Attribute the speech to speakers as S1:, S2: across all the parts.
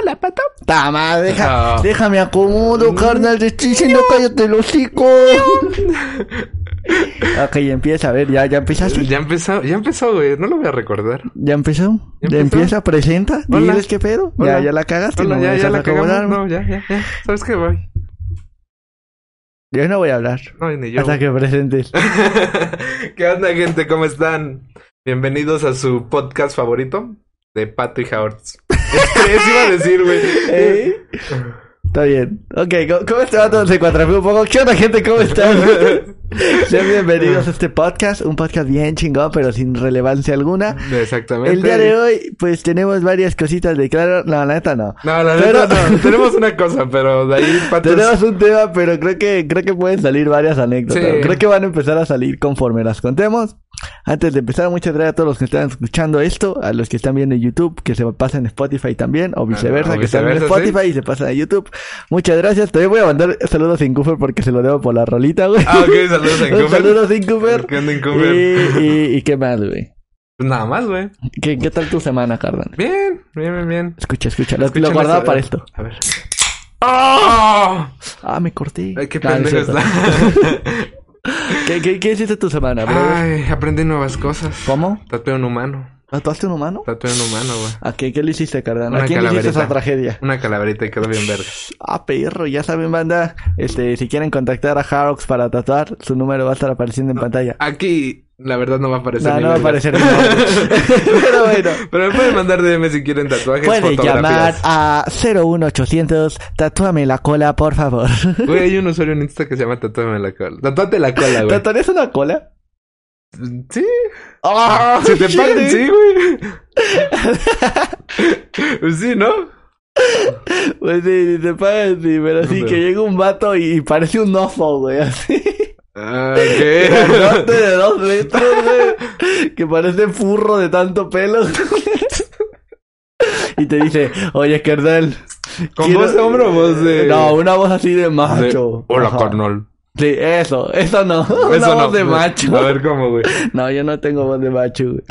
S1: Hola, pato. Ta madre, deja, déjame
S2: Mm.
S1: acomodo, carnal. Te estoy diciendo cállate el hocico. ok, empieza, a ver, ya, ya empezaste.
S2: Ya empezó, ya empezó, güey. No lo voy a recordar.
S1: ¿Ya empezó?
S2: ¿Ya
S1: ¿Ya
S2: empezó?
S1: empieza? ¿Presenta?
S2: Hola.
S1: Diles qué pedo.
S2: Hola.
S1: Ya, ya la cagaste.
S2: Hola,
S1: no
S2: ya,
S1: vayas
S2: ya
S1: a
S2: la cagamos.
S1: acomodarme.
S2: No, ya, ya, ya. ¿Sabes qué, voy?
S1: Yo no voy a hablar.
S2: No, ni yo.
S1: hasta que presentes.
S2: ¿Qué onda, gente? ¿Cómo están? Bienvenidos a su podcast favorito de Pato y Haortz. Eso iba a decir, güey.
S1: ¿Eh? Está bien. Ok, ¿cómo, cómo está? Todo se cuatrapeó un poco. ¿Qué onda, gente? ¿Cómo están? Sean bienvenidos a este podcast. Un podcast bien chingón, pero sin relevancia alguna.
S2: Exactamente.
S1: El día de hoy, pues tenemos varias cositas de claro. No, la neta no.
S2: No, la
S1: Pero-
S2: verdad, no. Tenemos una cosa, pero de ahí Pato es-
S1: Tenemos un tema, pero creo que creo que pueden salir varias anécdotas.
S2: Sí.
S1: Creo que van a empezar a salir conforme las contemos. Antes de empezar, muchas gracias a todos los que están escuchando esto, a los que están viendo en YouTube, que se pasen a Spotify también, o viceversa,
S2: Ah, o
S1: que están en
S2: viceversa, sí.
S1: Spotify y se pasan a YouTube. Muchas gracias. También voy a mandar saludos sin Cooper porque se lo debo por la rolita, güey.
S2: Ah, ok, saludos en
S1: Un saludo
S2: Cooper.
S1: sin Cooper.
S2: ¿Qué onda en Cooper?
S1: Y, y, y qué más, güey.
S2: Pues nada más, güey.
S1: ¿Qué, qué tal tu semana, Cardan?
S2: Bien, bien, bien, bien.
S1: Escucha, escucha. Lo, lo
S2: Escuchen
S1: guardaba
S2: esto,
S1: para
S2: a ver.
S1: esto.
S2: A ver. ¡Oh!
S1: Ah, me corté.
S2: Ay, qué
S1: Ah, no es
S2: pendejo
S1: cierto.
S2: está.
S1: ¿Qué, qué, qué hiciste tu semana, bro?
S2: Ay, aprendí nuevas cosas.
S1: ¿Cómo?
S2: Tatué a un humano.
S1: ¿Tatuaste un humano?
S2: Tatué a un humano, güey.
S1: ¿A qué, qué le hiciste, Cardano?
S2: Una
S1: ¿A quién le hiciste
S2: calaverita.
S1: esa tragedia?
S2: Una calaverita y quedó bien verga.
S1: Ah, perro, ya saben, banda. Este, si quieren contactar a Harox para tatuar, su número va a estar apareciendo en pantalla.
S2: Aquí, la verdad, no va a aparecer
S1: No,
S2: ni
S1: no va a
S2: verga.
S1: aparecer. ni madre. Pero bueno.
S2: Pero me pueden mandar DM si quieren tatuajes,
S1: Puede llamar
S2: fotografías.
S1: a 01800, tatúame la cola, por favor.
S2: Güey, hay un usuario en Insta que se llama Tatuame la cola. Tatuate la cola, güey.
S1: ¿Tatuarías una cola?
S2: Sí.
S1: ¡Ah!
S2: Si te pagan,
S1: shit!
S2: sí, güey. Pues sí, ¿no?
S1: Pues sí, si te pagan, sí, pero sí,
S2: Pero-
S1: que llega un vato y parece un oso, güey, así.
S2: Ah,
S1: Grandote
S2: ok.
S1: de dos metros, güey. Que parece furro de tanto pelo. y te dice, oye, carnal.
S2: ¿Con
S1: quiero-
S2: voz de hombre o voz de...?
S1: No, una voz así de
S2: de-
S1: macho.
S2: Hola,
S1: Ajá.
S2: carnal.
S1: Sí, eso, eso no. una
S2: Eso
S1: voz
S2: no. pues,
S1: de macho.
S2: A ver cómo, güey.
S1: No, yo no tengo voz de macho, güey.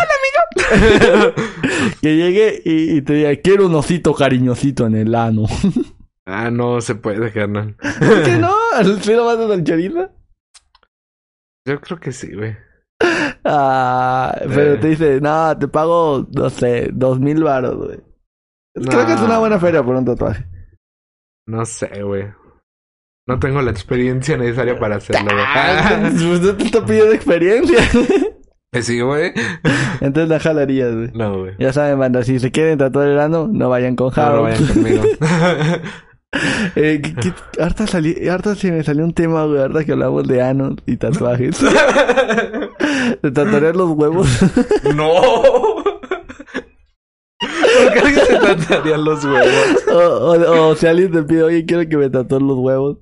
S1: que llegue y, y te diga, quiero un osito cariñosito en el ano.
S2: Ah, no se puede, carnal.
S1: ¿Por qué no? ¿Sí lo mandas al chorizo?
S2: Yo creo que sí, güey.
S1: Ah, pero
S2: Eh.
S1: te dice, no, te pago, no sé, dos mil baros, güey. Creo que es una
S2: Nah.
S1: buena feria por un tatuaje.
S2: No sé, güey. No tengo la experiencia necesaria para hacerlo, güey.
S1: Pues no te está pidiendo experiencia.
S2: Eh, Sí, güey.
S1: Entonces la jalarías, güey.
S2: No, güey.
S1: Ya saben, banda, si se quieren tatuar el ano, no vayan con
S2: No, no
S1: Harold.
S2: vayan conmigo.
S1: Eh, que- que- harta, sali- harta se me salió un tema, güey, harta que hablamos de anos y tatuajes. de tatuar los huevos.
S2: no. ¿Por qué alguien se trataría los huevos?
S1: o, o- o si alguien te pide, oye, quiero que me tatúen los huevos.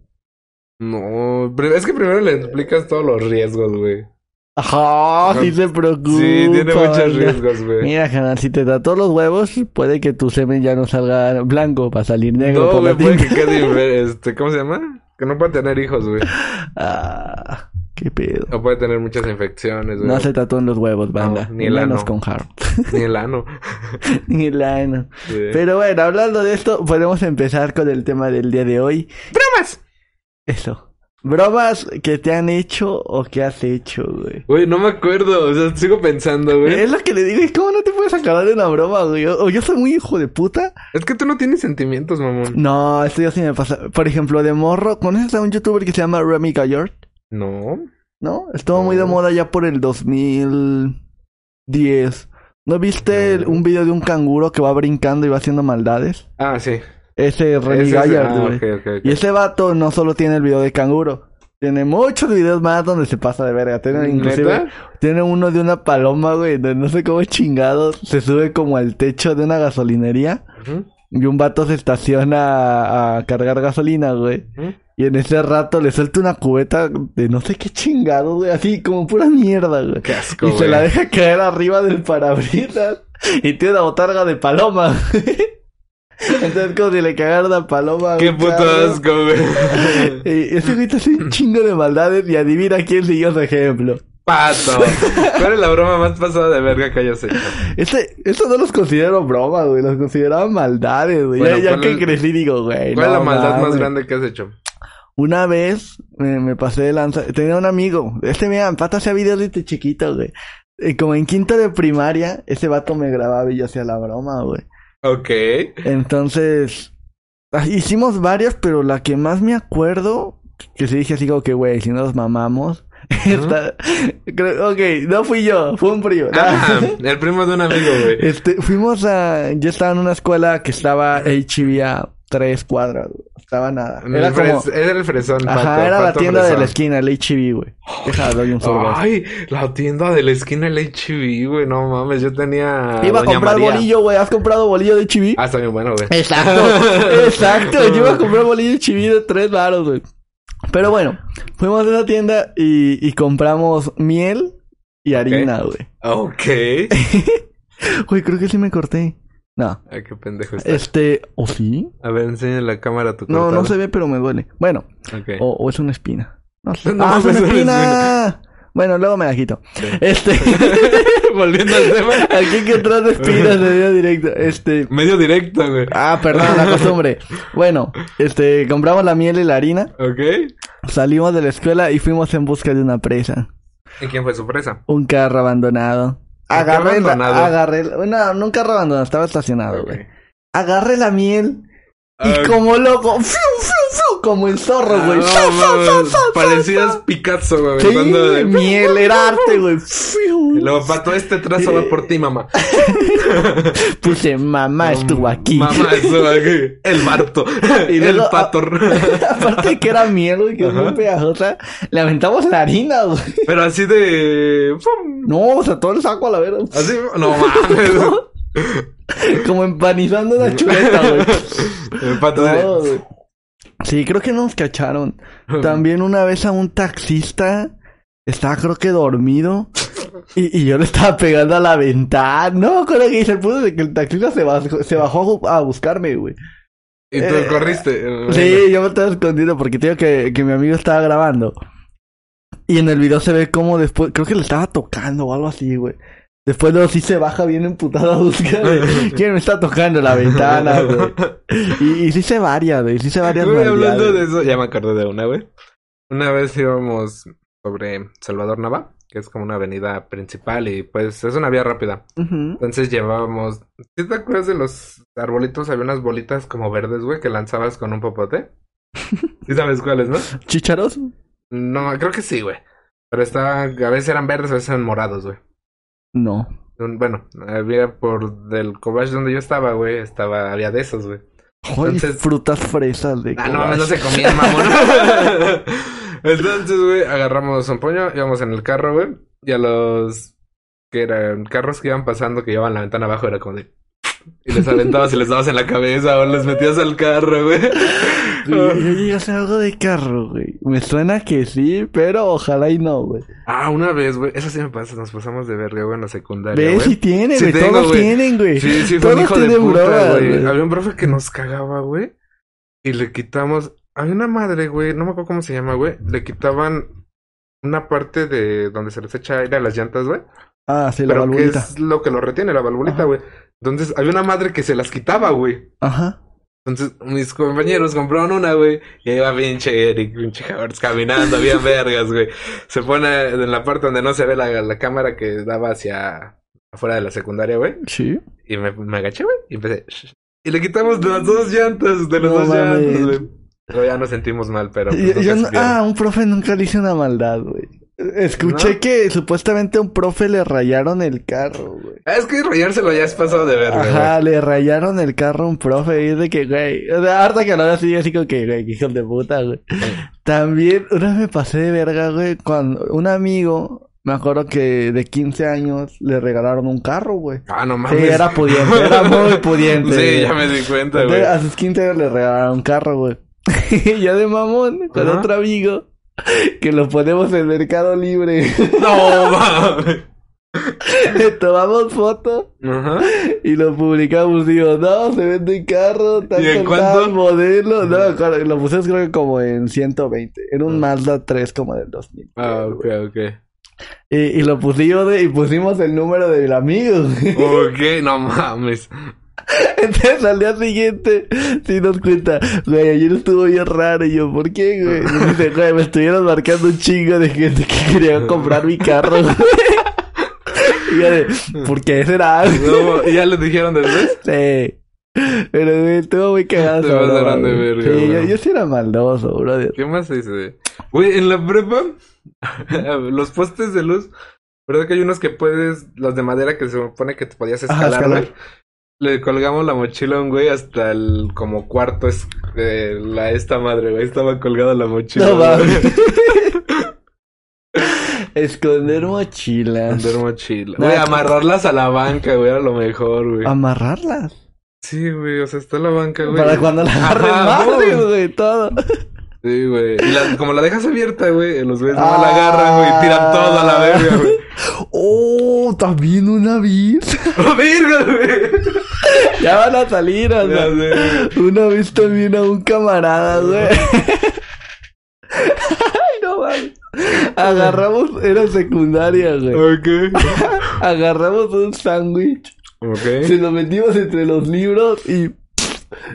S2: No, pri- es que primero le explicas todos los riesgos, güey.
S1: Ajá, sí se preocupa.
S2: Sí, tiene muchos
S1: banda.
S2: riesgos, güey.
S1: Mira, canal, si te tatuó los huevos, puede que tu semen ya no salga blanco, va a salir negro
S2: No,
S1: por la
S2: güey, puede
S1: tinta.
S2: que quede inver- este, ¿cómo se llama? Que no pueda tener hijos, güey.
S1: Ah, qué pedo.
S2: O puede tener muchas infecciones, Pues, güey.
S1: No se tatúan los huevos, banda.
S2: ni el
S1: Menos
S2: ano.
S1: con Harold.
S2: Ni el ano.
S1: ni el ano.
S2: Sí.
S1: Pero bueno, hablando de esto, podemos empezar con el tema del día de hoy.
S2: ¡Bromas!
S1: Eso. Bromas que te han hecho o que has hecho, güey.
S2: Güey, no me acuerdo. O sea, sigo pensando, güey.
S1: Es lo que le digo, es ¿cómo no te puedes aclarar de una broma, güey? O o yo soy muy hijo de puta.
S2: Es que tú no tienes sentimientos, mamón.
S1: No, esto ya sí me pasa. Por ejemplo, de morro, ¿conoces a un youtuber que se llama Remy Gallard?
S2: No.
S1: ¿No? Estuvo muy de
S2: No.
S1: moda ya por el 2010. ¿No viste el-
S2: No.
S1: un video de un canguro que va brincando y va haciendo maldades?
S2: Ah, sí.
S1: Ese Remy
S2: Ese es-
S1: Gallard,
S2: ah,
S1: güey.
S2: ok, ok, ok.
S1: Y ese vato no solo tiene el video de canguro. Tiene muchos videos más donde se pasa de verga. Tiene inclusive...
S2: ¿Neta?
S1: Tiene uno de una paloma, güey. de no sé cómo chingados. Se sube como al techo de una gasolinería.
S2: Ujú,
S1: Y un vato se estaciona a, a cargar gasolina, güey.
S2: ujú.
S1: Y en ese rato le suelta una cubeta de no sé qué chingados, güey. Así como pura mierda, güey.
S2: Qué asco,
S1: Y se
S2: güey.
S1: la deja caer arriba del parabrisas. Y tiene una botarga de paloma. güey. Entonces como si le cagara una paloma. a
S2: Qué
S1: un
S2: puto
S1: carro.
S2: asco, güey.
S1: Eh, ese güey está haciendo un chingo de maldades y adivina quién siguió su ejemplo.
S2: Pato. ¿Cuál es la broma más pasada de verga que hayas hecho?
S1: Este, estos no los considero bromas, güey. Los consideraba maldades, güey.
S2: Bueno,
S1: ya ya
S2: ¿cuál
S1: que
S2: es-
S1: crecí digo, güey.
S2: ¿Cuál es la
S1: no
S2: maldad más
S1: mames.
S2: grande que has hecho?
S1: Una vez me, me pasé de lanza. Tenía un amigo. Este me empata hacía videos desde chiquito, güey. Eh, como en quinto de primaria, ese vato me grababa y yo hacía la broma, güey.
S2: Ok.
S1: Entonces, ah, hicimos varias, pero la que más me acuerdo, que se dije así como que, güey, si nos mamamos, está... creo- Ok, no fui yo, fue un primo.
S2: Ah, el primo de un amigo, güey.
S1: Este, fuimos a... Yo estaba en una escuela que estaba HIV a tres cuadras, güey. Estaba nada.
S2: El
S1: Era como...
S2: fres- Era el fresón,
S1: Ajá,
S2: Pato,
S1: era la
S2: Pato
S1: tienda de
S2: fresón.
S1: la esquina, el HIV, güey. Deja, doy un sorbo.
S2: Ay, la tienda de la esquina el HB, güey, no mames, yo tenía
S1: Iba a
S2: Doña
S1: comprar
S2: María.
S1: bolillo, güey. ¿Has comprado bolillo de HIV?
S2: Ah, está bien bueno, güey.
S1: Exacto, exacto. Yo iba a comprar bolillo chiví de tres varos, güey. Pero bueno, fuimos a esa tienda y, y compramos miel y harina, güey.
S2: Ah, Ok. Ay,
S1: Güey, creo que sí me corté. No.
S2: qué pendejo está.
S1: Este, ¿o sí?
S2: A ver, enseña la cámara a tu
S1: No, no Oh. se
S2: cortada.
S1: ve, pero me duele. Bueno,
S2: Ok.
S1: o, o es una espina. No sé.
S2: No,
S1: ¡Ah, es
S2: pues,
S1: una
S2: es una
S1: espina! Bueno, luego me la quito. Este,
S2: Volviendo al tema.
S1: aquí que trae de espinas de vida directa. Este,
S2: Medio directo, güey.
S1: ah, perdón, la costumbre. Bueno, este, compramos la miel y la harina.
S2: Ok.
S1: Salimos de la escuela y fuimos en busca de una presa.
S2: ¿Y quién fue su presa?
S1: Un carro abandonado.
S2: ¿Por qué
S1: Agarré la,
S2: abandonado?
S1: agarré la- no, no un carro abandonado, estaba estacionado,
S2: Ok.
S1: Ah, güey. Agarré la miel y
S2: Ah,
S1: como loco, ¡fiu, fiu, fiu! como el zorro, güey.
S2: no,
S1: ¡Fiu, fiu, fiu,
S2: mames,
S1: fiu, fiu!
S2: Ah, Parecías Picasso, güey.
S1: Sí,
S2: cuando-
S1: miel era arte, güey. ¡Fiu!
S2: Y luego, pato, este trazo va por ti, mamá.
S1: Puse mamá estuvo aquí.
S2: Mamá, estuvo aquí. El barto.
S1: Y
S2: el
S1: luego, ah,
S2: pato.
S1: Aparte que era miel, güey, que es muy
S2: Ajá.
S1: pegajosa. Le aventamos la harina, güey.
S2: Pero así de. ¡Pum!
S1: No, o sea, todo el saco a la verga.
S2: Así, no mames.
S1: Como empanizando una chuleta, güey.
S2: El pato así de-
S1: No, güey. Sí, creo que nos cacharon. También una vez a un taxista estaba creo que dormido y, y yo le estaba pegando a la ventana. No, con que hice el punto de que el taxista se bajó, se bajó a buscarme, güey.
S2: Y tú
S1: Eh,
S2: corriste.
S1: Sí, yo me estaba escondiendo porque te digo que, que mi amigo estaba grabando. Y en el video se ve como después, creo que le estaba tocando o algo así, güey. Después luego sí se baja bien emputado a buscarme. ¿Quién me está tocando la ventana, güey? Y, y sí se varia, güey. Sí se varia.
S2: Güey, hablando de eso, ya me acordé de una, güey. Una vez íbamos sobre Salvador Nava, que es como una avenida principal y pues es una vía rápida. Entonces llevábamos. ¿Sí te acuerdas de los arbolitos? Había unas bolitas como verdes, güey, que lanzabas con un popote. ¿Sí sabes cuáles, no?
S1: ¿Chicharos?
S2: No, creo que sí, güey. Pero estaba, a veces eran verdes, a veces eran morados, güey.
S1: No.
S2: Un- Bueno, había por del cobach donde yo estaba, güey, estaba, había de esos, güey.
S1: Joder,
S2: Entonces-
S1: frutas fresas de
S2: Ah,
S1: corazón.
S2: no mames, no se comían, mamón. Entonces, güey, agarramos un puño, íbamos en el carro, güey, y a los que eran carros que iban pasando, que llevaban la ventana abajo, era como de... Y les aventabas y les dabas en la cabeza o les metías al carro, güey.
S1: Güey, Yo llegué a hacer algo de carro, güey. Me suena que sí, pero ojalá y no, güey.
S2: Ah, una vez, güey, eso sí me pasa, nos pasamos de verga, güey, en la secundaria,
S1: ¿Ves?
S2: güey.
S1: Si tienen,
S2: Sí
S1: güey.
S2: tengo,
S1: Todos
S2: güey.
S1: tienen, güey.
S2: Sí, sí, fue un
S1: Todos
S2: hijo de
S1: tienen
S2: puta,
S1: bromas,
S2: güey.
S1: güey.
S2: Había un profe que nos cagaba, güey. Y le quitamos. Había una madre, güey. No me acuerdo cómo se llama, güey. Le quitaban una parte de donde se les echa aire a las llantas, güey.
S1: Ah, sí, la
S2: Pero que
S1: valvulita.
S2: es lo que lo retiene, la valvulita,
S1: Ajá.
S2: güey. Entonces, había una madre que se las quitaba, güey.
S1: Ajá.
S2: Entonces, mis compañeros compraron una, güey. Y ahí va pinche Eric, pinche Havertz, caminando bien vergas, güey. Se pone en la parte donde no se ve la, la cámara que daba hacia afuera de la secundaria, güey.
S1: Sí.
S2: Y me, me agaché, güey, y empecé. Y le quitamos las dos llantas de las
S1: No
S2: dos llantas,
S1: mames.
S2: güey. Pero ya nos sentimos mal, pero. pues,
S1: Yo-
S2: nunca
S1: yo no-
S2: supieron.
S1: ah, un profe nunca le hizo una maldad, güey. Escuché
S2: ¿No?
S1: que supuestamente a un profe le rayaron el carro, güey.
S2: Ah, Es que rayárselo ya es pasado de verga, güey.
S1: Ajá, le rayaron el carro a un profe y es de que, güey, o sea, harta que hablaba así, así como que, güey, que hijos de puta, güey. También, una vez me pasé de verga, güey, cuando un amigo, me acuerdo que de 15 años, le regalaron un carro, güey.
S2: Ah, no
S1: Sí,
S2: mames.
S1: era pudiente, era muy pudiente.
S2: Sí,
S1: güey.
S2: ya me di cuenta, güey.
S1: Entonces, a sus 15 años le regalaron un carro, güey. y yo de mamón, con
S2: Ajá.
S1: otro amigo, que lo ponemos en Mercado Libre.
S2: No mames.
S1: le tomamos fotos.
S2: Ajá.
S1: Y lo publicamos, digo, no, se vende en carro, tal,
S2: ¿Y en
S1: tal,
S2: cuánto?
S1: tal modelo. No, me acuerdo, lo puse creo que como en 120. Era un Mazda 3 como del 2000.
S2: Ah, ok, ok.
S1: Y, y lo pusimos de- y pusimos el número del amigo. güey.
S2: Ok, no mames.
S1: Entonces al día siguiente sí nos cuenta, güey, ayer estuvo bien raro y yo, ¿por qué, güey? Y me dice, güey, me estuvieron marcando un chingo de gente que quería comprar mi carro, güey. Y yo de, ¿por qué será?
S2: No, ¿y ya les dijeron después.
S1: Sí. Pero güey, estuvo muy cagado.
S2: Te
S1: esa broma,
S2: pasaron de
S1: güey.
S2: verga,
S1: Sí, yo,
S2: bro.
S1: yo sí era maldoso, brother.
S2: ¿Qué más se dice? Güey, en la prepa, los postes de luz, ¿verdad que hay unos que puedes, los de madera que se supone que te podías
S1: Ajá,
S2: escalar,
S1: escalar.
S2: güey? Le colgamos la mochila a un güey hasta el como cuarto es de la esta madre, güey. Estaba colgada la mochila.
S1: No
S2: güey.
S1: mames. Esconder mochilas.
S2: Andar mochila.
S1: No.
S2: Güey, amarrarlas a la banca, güey, era lo mejor, güey.
S1: Amarrarlas.
S2: Sí, güey, o sea, está la banca, güey.
S1: Para cuando la
S2: Ajá,
S1: agarren madre,
S2: no.
S1: güey, todo.
S2: Sí, güey. Y la- como la dejas abierta, güey, los güeyes no la agarran, güey, y tiran todo a la verga, güey.
S1: Oh, también una vez.
S2: ¡Oh, verga, güey!
S1: ya van a salir, o sea.
S2: Ya sé, güey.
S1: Una vez también a un camarada, güey. Ay, no mames. Agarramos, era secundaria, güey.
S2: Ok.
S1: Agarramos un sándwich, se
S2: Ok.
S1: lo metimos entre los libros y.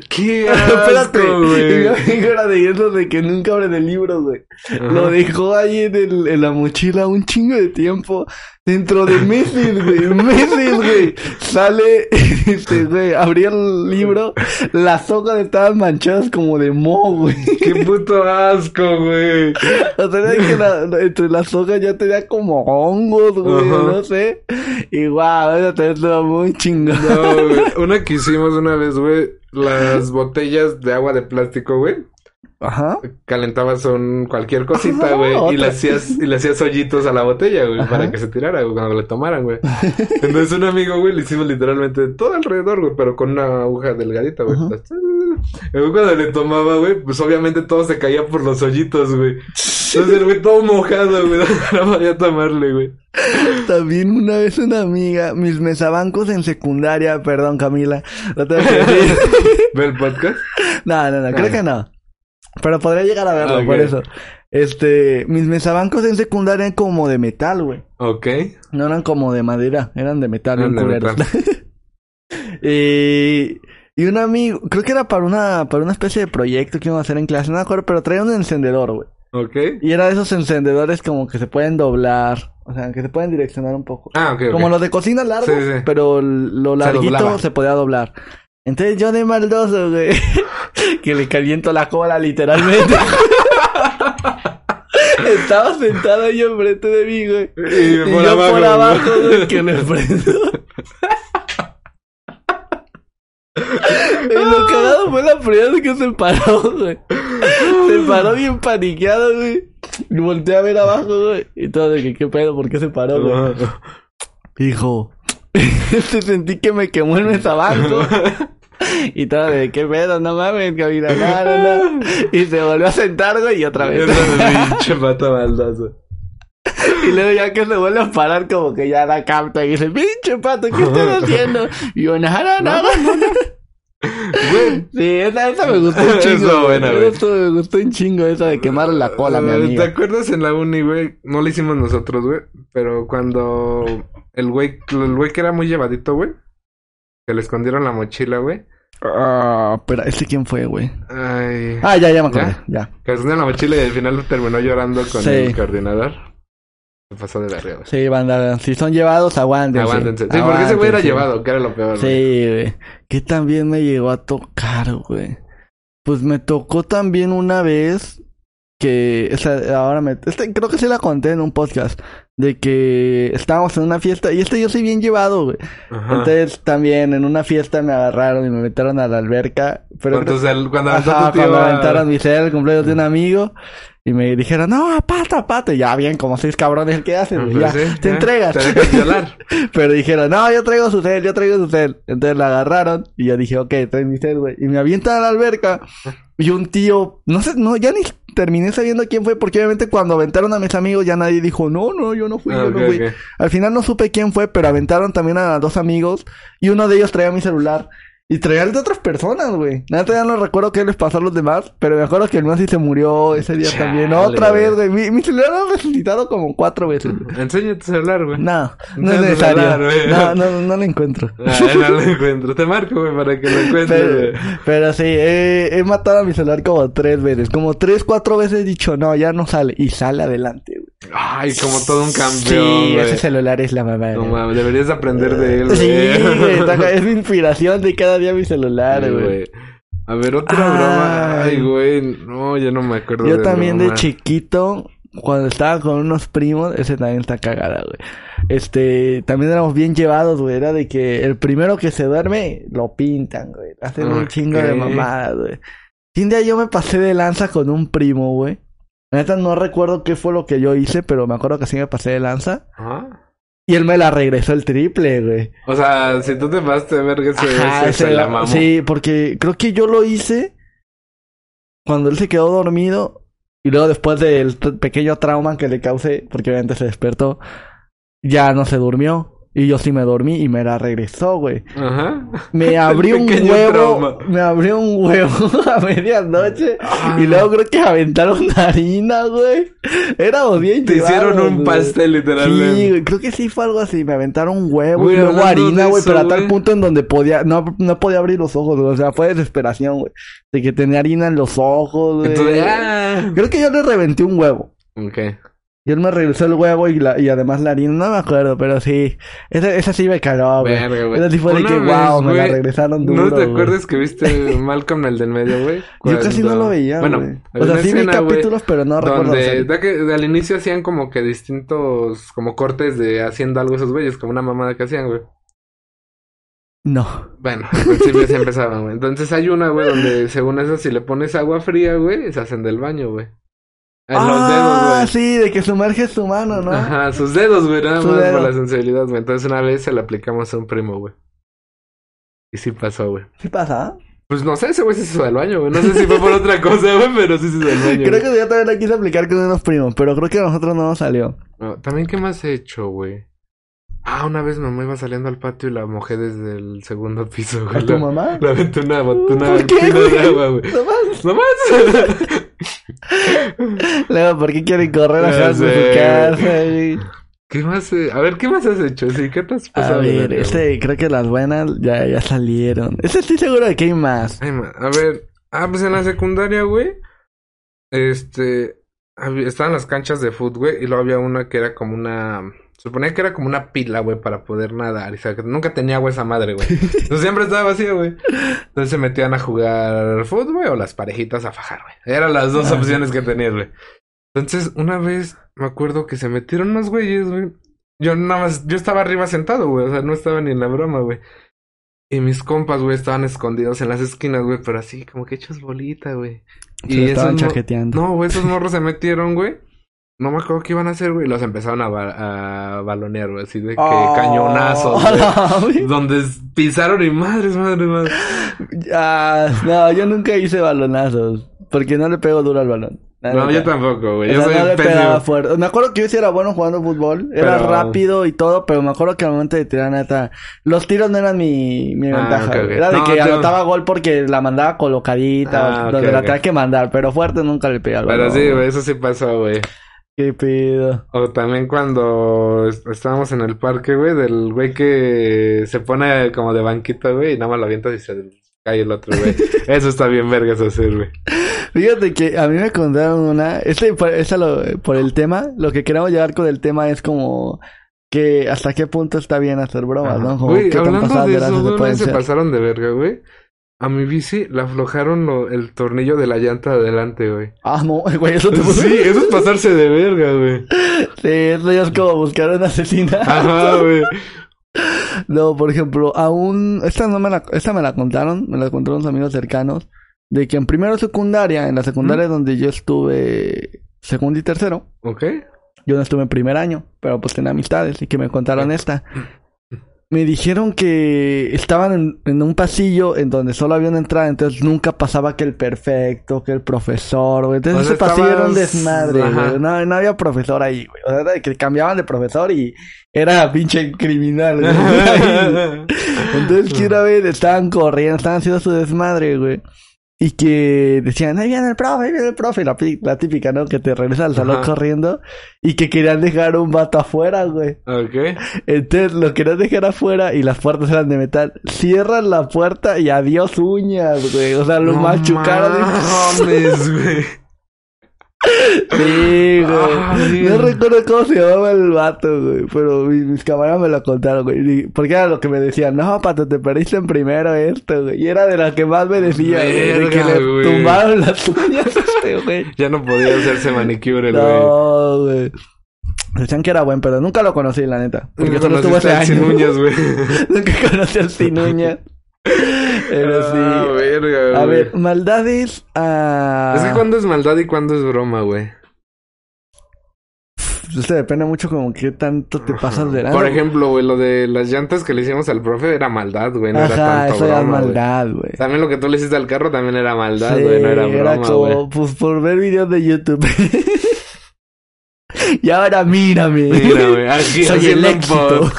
S2: ¿Qué
S1: Espérate,
S2: asco,
S1: y mi
S2: güey?
S1: amigo era de eso de que nunca abre de libros, güey. Lo dejó ahí en, el- en la mochila un chingo de tiempo. Dentro de meses, güey. Meses, güey. Sale, este, güey. Abría el libro. Las hojas estaban manchadas como de moho, güey.
S2: ¡Qué puto asco, güey!
S1: O sea, era que la- entre las hojas ya tenía como hongos, güey.
S2: Ajá.
S1: No sé. Y wow, eso también estaba muy chingón.
S2: No, güey. Una que hicimos una vez, güey, las botellas de agua de plástico, güey.
S1: Ajá.
S2: Calentabas un cualquier cosita,
S1: Ajá,
S2: güey, y le
S1: otra.
S2: hacías y le hacías hoyitos a la botella, güey, para que se tirara, güey, cuando le tomaran, güey. Entonces un amigo, güey, le hicimos literalmente todo alrededor, güey, pero con una aguja delgadita, güey. Y güey, cuando le tomaba, güey, pues obviamente todo se caía por los hoyitos, güey. Entonces el güey todo mojado, güey, no podía tomarle, güey.
S1: También una vez una amiga, mis mesabancos en secundaria, perdón Camila, lo tengo que decir.
S2: ¿Ve el podcast?
S1: No, no, no, creo que no. Pero podría llegar a verlo,
S2: Ok.
S1: por eso. Este, mis mesabancos en secundaria eran como de metal, güey.
S2: Ok.
S1: No eran como de madera, eran de metal,
S2: Eran
S1: bien
S2: de
S1: culeros. y, y un amigo, creo que era para una, para una especie de proyecto que íbamos a hacer en clase, no me acuerdo, pero traía un encendedor, güey.
S2: Ok.
S1: Y era de esos encendedores como que se pueden doblar, o sea, que se pueden direccionar un poco.
S2: Ah, ok, ok.
S1: Como los de cocina largo,
S2: Sí, sí.
S1: pero l- lo larguito
S2: doblaba.
S1: se, podía doblar. Entonces yo de maldoso, güey, que le caliento la cola literalmente. Estaba sentado ahí enfrente de mí, güey.
S2: Y
S1: Y,
S2: por
S1: yo
S2: abajo,
S1: por
S2: ¿no?
S1: abajo, güey, que le prendo. y lo cagado fue la primera vez que se paró, güey. Se paró bien paniqueado, güey. Y volteé a ver abajo, güey. Y todo de que qué pedo, ¿por qué se paró, güey?
S2: Ajá.
S1: Hijo, se sentí que me quemó el mesabanco. y todo de qué pedo, no mames, Camila, no, no, no. Y se volvió a sentar, güey, y otra vez.
S2: Esa pinche pata baldazo.
S1: y luego ya que se vuelve a parar, como que ya la capta y dice, pinche pato, ¿qué estás haciendo? Y yo, nada, nada.
S2: Güey,
S1: Sí, esa, esa me gustó un
S2: Eso
S1: chingo.
S2: estuvo
S1: güey.
S2: buena, güey.
S1: Eso me gustó un chingo, esa de quemar la cola, mi
S2: Eh, ¿Te
S1: amiga.
S2: acuerdas en la uni, güey? No lo hicimos nosotros, güey. Pero cuando el güey, el güey que era muy llevadito, güey. Que le escondieron la mochila, güey.
S1: Ah, pero ¿ese quién fue, güey?
S2: Ay.
S1: Ah, ya, ya me acordé, ya.
S2: Que le escondieron la mochila y al final terminó llorando con
S1: Sí.
S2: el coordinador. Se pasó de verga, güey.
S1: Sí, banda, si son llevados, aguántense.
S2: Aguántense. Sí, porque ese güey era
S1: Aguántense.
S2: llevado, que era lo peor. güey.
S1: Sí, güey. Que también me llegó a tocar, güey. Pues me tocó también una vez que, o sea, ahora me, este, creo que sí la conté en un podcast, de que estábamos en una fiesta, y este yo soy bien llevado, güey.
S2: Ajá.
S1: Entonces también en una fiesta me agarraron y me metieron a la alberca, pero
S2: Cuando,
S1: creo-
S2: sal- cuando aventó
S1: Ajá,
S2: tu tío
S1: cuando
S2: a-
S1: aventaron mi cel, el cumpleaños de un amigo. Y me dijeron, no, pata, pata. Y ya, bien, como seis cabrones, ¿qué haces?
S2: Pues
S1: güey? ya,
S2: sí,
S1: te
S2: ya,
S1: entregas.
S2: Te dejas violar.
S1: Pero dijeron, no, yo traigo su cel, yo traigo su cel. Entonces la agarraron y yo dije, ok, trae mi cel, güey. Y me avientan a la alberca. Y un tío, no sé, no, ya ni terminé sabiendo quién fue, porque obviamente cuando aventaron a mis amigos ya nadie dijo, no, no, yo no fui,
S2: Ah,
S1: yo
S2: ok,
S1: no fui.
S2: ok.
S1: Al final no supe quién fue, pero aventaron también a dos amigos y uno de ellos traía mi celular. Y traía el de otras personas, güey. Nada, ya no recuerdo qué les pasó a los demás, pero me acuerdo que el Masi se murió ese día
S2: Chale,
S1: también. Otra
S2: güey.
S1: vez, güey. Mi, mi celular lo ha resucitado como cuatro veces. güey.
S2: Enseña tu celular, güey.
S1: No, no
S2: Entonces,
S1: es necesario.
S2: celular, güey.
S1: No, no, no lo encuentro.
S2: Ah, no lo encuentro. Te marco, güey, para que lo encuentres,
S1: Pero,
S2: güey.
S1: pero sí, he, he matado a mi celular como tres veces. Como tres, cuatro veces he dicho, no, ya no sale. Y sale adelante, güey.
S2: Ay, como todo un campeón,
S1: Sí,
S2: güey.
S1: ese celular es la mamá.
S2: No
S1: güey.
S2: mames, deberías aprender de él, güey.
S1: Sí, güey, está ca- es mi inspiración de cada día mi celular,
S2: Sí,
S1: güey.
S2: güey. A ver, otra
S1: Ay.
S2: broma. Ay, güey. No, ya no me acuerdo.
S1: Yo también de
S2: broma.
S1: chiquito, cuando estaba con unos primos, ese también está cagada, güey. Este, también éramos bien llevados, güey. Era de que el primero que se duerme, lo pintan, güey. Hacen un
S2: Ok.
S1: chingo de mamadas, güey. Y un día yo me pasé de lanza con un primo, güey. La neta no recuerdo qué fue lo que yo hice, pero me acuerdo que sí me pasé de lanza.
S2: Ajá.
S1: Y él me la regresó el triple, güey.
S2: O sea, si tú te vas de verga, ese,
S1: Ajá,
S2: ese se
S1: ese-
S2: la mamó.
S1: Sí, porque creo que yo lo hice cuando él se quedó dormido y luego después del t- pequeño trauma que le causé, porque obviamente se despertó, ya no se durmió. Y yo sí me dormí y me la regresó, güey.
S2: Ajá.
S1: Me abrió un
S2: pequeño
S1: huevo.
S2: trauma.
S1: Me abrió un huevo a medianoche.
S2: Ah.
S1: Y luego creo que aventaron harina, güey. Éramos bien
S2: Te hicieron
S1: llevados,
S2: un
S1: güey.
S2: pastel, literalmente.
S1: Sí, güey, creo que sí fue algo así. Me aventaron un huevo,
S2: Güey,
S1: y luego
S2: hablando
S1: harina,
S2: de
S1: güey,
S2: eso,
S1: pero a tal
S2: güey.
S1: punto en donde podía, no, no podía abrir los ojos, güey. O sea, fue desesperación, güey. De que tenía harina en los ojos, güey.
S2: Entonces, ah.
S1: Creo que yo le reventé un huevo.
S2: Ok.
S1: Y él me regresó el huevo y, la, y además la harina, no me acuerdo, pero sí. Esa, esa sí me cagó, güey.
S2: Verga, güey.
S1: Esa sí fue de
S2: Una
S1: que,
S2: vez,
S1: wow, me la
S2: güey,
S1: regresaron duro.
S2: ¿No te
S1: güey.
S2: acuerdas que viste Malcolm el del medio, güey?
S1: Yo casi no
S2: Cuando-
S1: lo veía,
S2: Bueno,
S1: güey.
S2: había
S1: O sea,
S2: una
S1: sí vi
S2: escena, güey,
S1: capítulos, pero no recuerdo. la
S2: donde
S1: serie.
S2: da que- al inicio hacían como que distintos como cortes de haciendo algo esos güeyes, como una mamada que hacían, güey.
S1: No.
S2: Bueno, al principio se empezaban, güey. Entonces hay una, güey, donde según eso, si le pones agua fría, güey, se hacen del baño, güey. En los dedos,
S1: ah,
S2: güey.
S1: sí, de que sumerge su mano, ¿no?
S2: Ajá, sus dedos, güey, nada
S1: Su
S2: más
S1: dedo.
S2: por la sensibilidad, güey. Entonces una vez se la aplicamos a un primo, güey. Y sí pasó, güey.
S1: ¿Sí pasa?
S2: Pues no sé, ese güey sí se hizo del baño, güey. No sé si fue por otra cosa, güey, pero sí se hizo del baño.
S1: Creo
S2: güey.
S1: que yo también la quise aplicar con unos primos, pero creo que a nosotros no nos salió.
S2: No, También, ¿qué más he hecho, güey? Ah, una vez mamá iba saliendo al patio y la mojé desde el segundo piso,
S1: ¿A
S2: güey.
S1: tu
S2: La-
S1: mamá?
S2: La aventé una botuna
S1: ¿Por
S2: al
S1: qué,
S2: pino de
S1: güey?
S2: agua, güey.
S1: No más.
S2: ¿No más?
S1: Luego, ¿por qué quieren correr a
S2: Ya
S1: Hans de su
S2: sé,
S1: casa? güey?
S2: ¿Qué más? eh? A ver, ¿qué más has hecho? Sí, ¿qué te has
S1: A
S2: pasado? de
S1: ver,
S2: verga, güey?
S1: este, creo que las buenas ya, ya salieron. Este estoy seguro de que hay más.
S2: Ay, ma- a ver. Ah, pues en la secundaria, güey. Este. había- Estaban las canchas de fútbol, güey. Y luego había una que era como una. Suponía que era como una pila, güey, para poder nadar. O sea, que nunca tenía agua esa madre, güey. Entonces siempre estaba vacía, güey. Entonces se metían a jugar fútbol, güey, o las parejitas a fajar, güey. Eran las dos
S1: Ajá.
S2: opciones que tenías, güey. Entonces, una vez me acuerdo que se metieron unos güeyes, güey. Yo nada más, yo estaba arriba sentado, güey. O sea, no estaba ni en la broma, güey. Y mis compas, güey, estaban escondidos en las esquinas, güey, pero así, como que hechos bolita, güey.
S1: Se lo estaban
S2: esos mo-
S1: chaqueteando.
S2: No, güey, esos morros se metieron, güey. No me acuerdo qué iban a hacer, güey. y Los empezaron a, ba- a balonear, güey, así de que
S1: Oh.
S2: cañonazos, güey.
S1: Ah, güey.
S2: Donde s- pisaron y madres, madres, madres.
S1: Ah, no, yo nunca hice balonazos. Porque no le pego duro al balón. La
S2: No,
S1: neta.
S2: yo tampoco,
S1: O
S2: güey.
S1: sea,
S2: Pues Yo soy
S1: Ah, no le pegaba
S2: pésimo.
S1: fuerte. Me acuerdo que yo sí era bueno jugando fútbol. Era
S2: Pero-
S1: rápido y todo, pero me acuerdo que al momento de tirar neta, los tiros no eran mi, mi
S2: Ah,
S1: ventaja.
S2: ok, ok.
S1: güey. Era de
S2: No,
S1: que
S2: te-
S1: anotaba gol porque la mandaba colocadita,
S2: Ah, ok,
S1: donde la
S2: ok.
S1: tenía que mandar, pero fuerte nunca le pegaba.
S2: Pero sí, güey, eso sí pasó, güey.
S1: Qué pedo.
S2: O también cuando est- estábamos en el parque, güey, del güey que se pone como de banquito, güey, y nada más lo avientas y se cae el otro, güey. Eso está bien vergas hacer, güey.
S1: Fíjate que a mí me contaron una, este, por, esa lo- por el tema, lo que queremos llegar con el tema es como que hasta qué punto está bien hacer bromas, ¿no? Como
S2: Güey,
S1: qué tan
S2: hablando
S1: pasadas
S2: de
S1: de lanza
S2: eso,
S1: se
S2: güey, una
S1: pueden
S2: vez se
S1: ser.
S2: pasaron de verga, güey. A mi bici le aflojaron lo- el tornillo de la llanta de adelante, güey.
S1: Ah, no, güey, eso te
S2: Sí, eso es pasarse de verga, güey.
S1: Sí, eso ya es como buscar a un asesinato.
S2: Ajá, güey.
S1: No, por ejemplo, aún... Esta, no me la, esta me la contaron, me la contaron unos amigos cercanos, de que en primero secundaria, en la secundaria donde yo estuve segundo y tercero,
S2: ¿Ok?
S1: yo no estuve en primer año, pero pues tenía amistades y que me contaron esta. me dijeron que estaban en, en, un pasillo en donde solo había una entrada, entonces nunca pasaba que el perfecto, que el profesor, güey. Entonces o sea, ese pasillo estabas... era un desmadre, güey. No, no, había profesor ahí, güey. O sea, era que cambiaban de profesor y era pinche criminal, güey. entonces, quiero ver, estaban corriendo, estaban haciendo su desmadre, güey. Y que decían, ahí viene el profe, ahí viene el profe. La, la típica, ¿no? Que te regresa al salón Ajá. corriendo. Y que querían dejar un vato afuera, güey.
S2: Ok.
S1: Entonces lo querían dejar afuera y las puertas eran de metal. Cierran la puerta y adiós uñas, güey. O sea, lo no machucaron.
S2: Mames, güey.
S1: Sí, güey.
S2: Ah,
S1: Ay. no recuerdo cómo se llamaba el vato, güey. Pero mis, mis camaradas me lo contaron, güey. Porque era lo que me decían. No, pato, te perdiste en primero esto, güey. Y era de la que más me decía, Verga, güey. De que le güey. tumbaron las uñas a este, güey.
S2: Ya no podía hacerse manicure,
S1: no, güey. No, güey. Decían que era buen, pero nunca lo conocí, la neta. Porque solo estuvo hace años.
S2: Uñas, güey.
S1: nunca conocí al sin uñas. Pero sí.
S2: Ah, verga,
S1: a ver, ah. maldades. a...
S2: Es que cuándo es maldad y cuándo es broma, güey.
S1: Este depende mucho como qué tanto te pasas de lado.
S2: Por ejemplo, güey, lo de las llantas que le hicimos al profe era maldad, güey. No
S1: Ajá,
S2: era tanto
S1: eso
S2: broma,
S1: era maldad, güey.
S2: También lo que tú le hiciste al carro también era maldad, güey. Sí, no era broma,
S1: Era como, wey. pues por ver videos de YouTube. y ahora mírame.
S2: Mírame, aquí
S1: soy el éxito.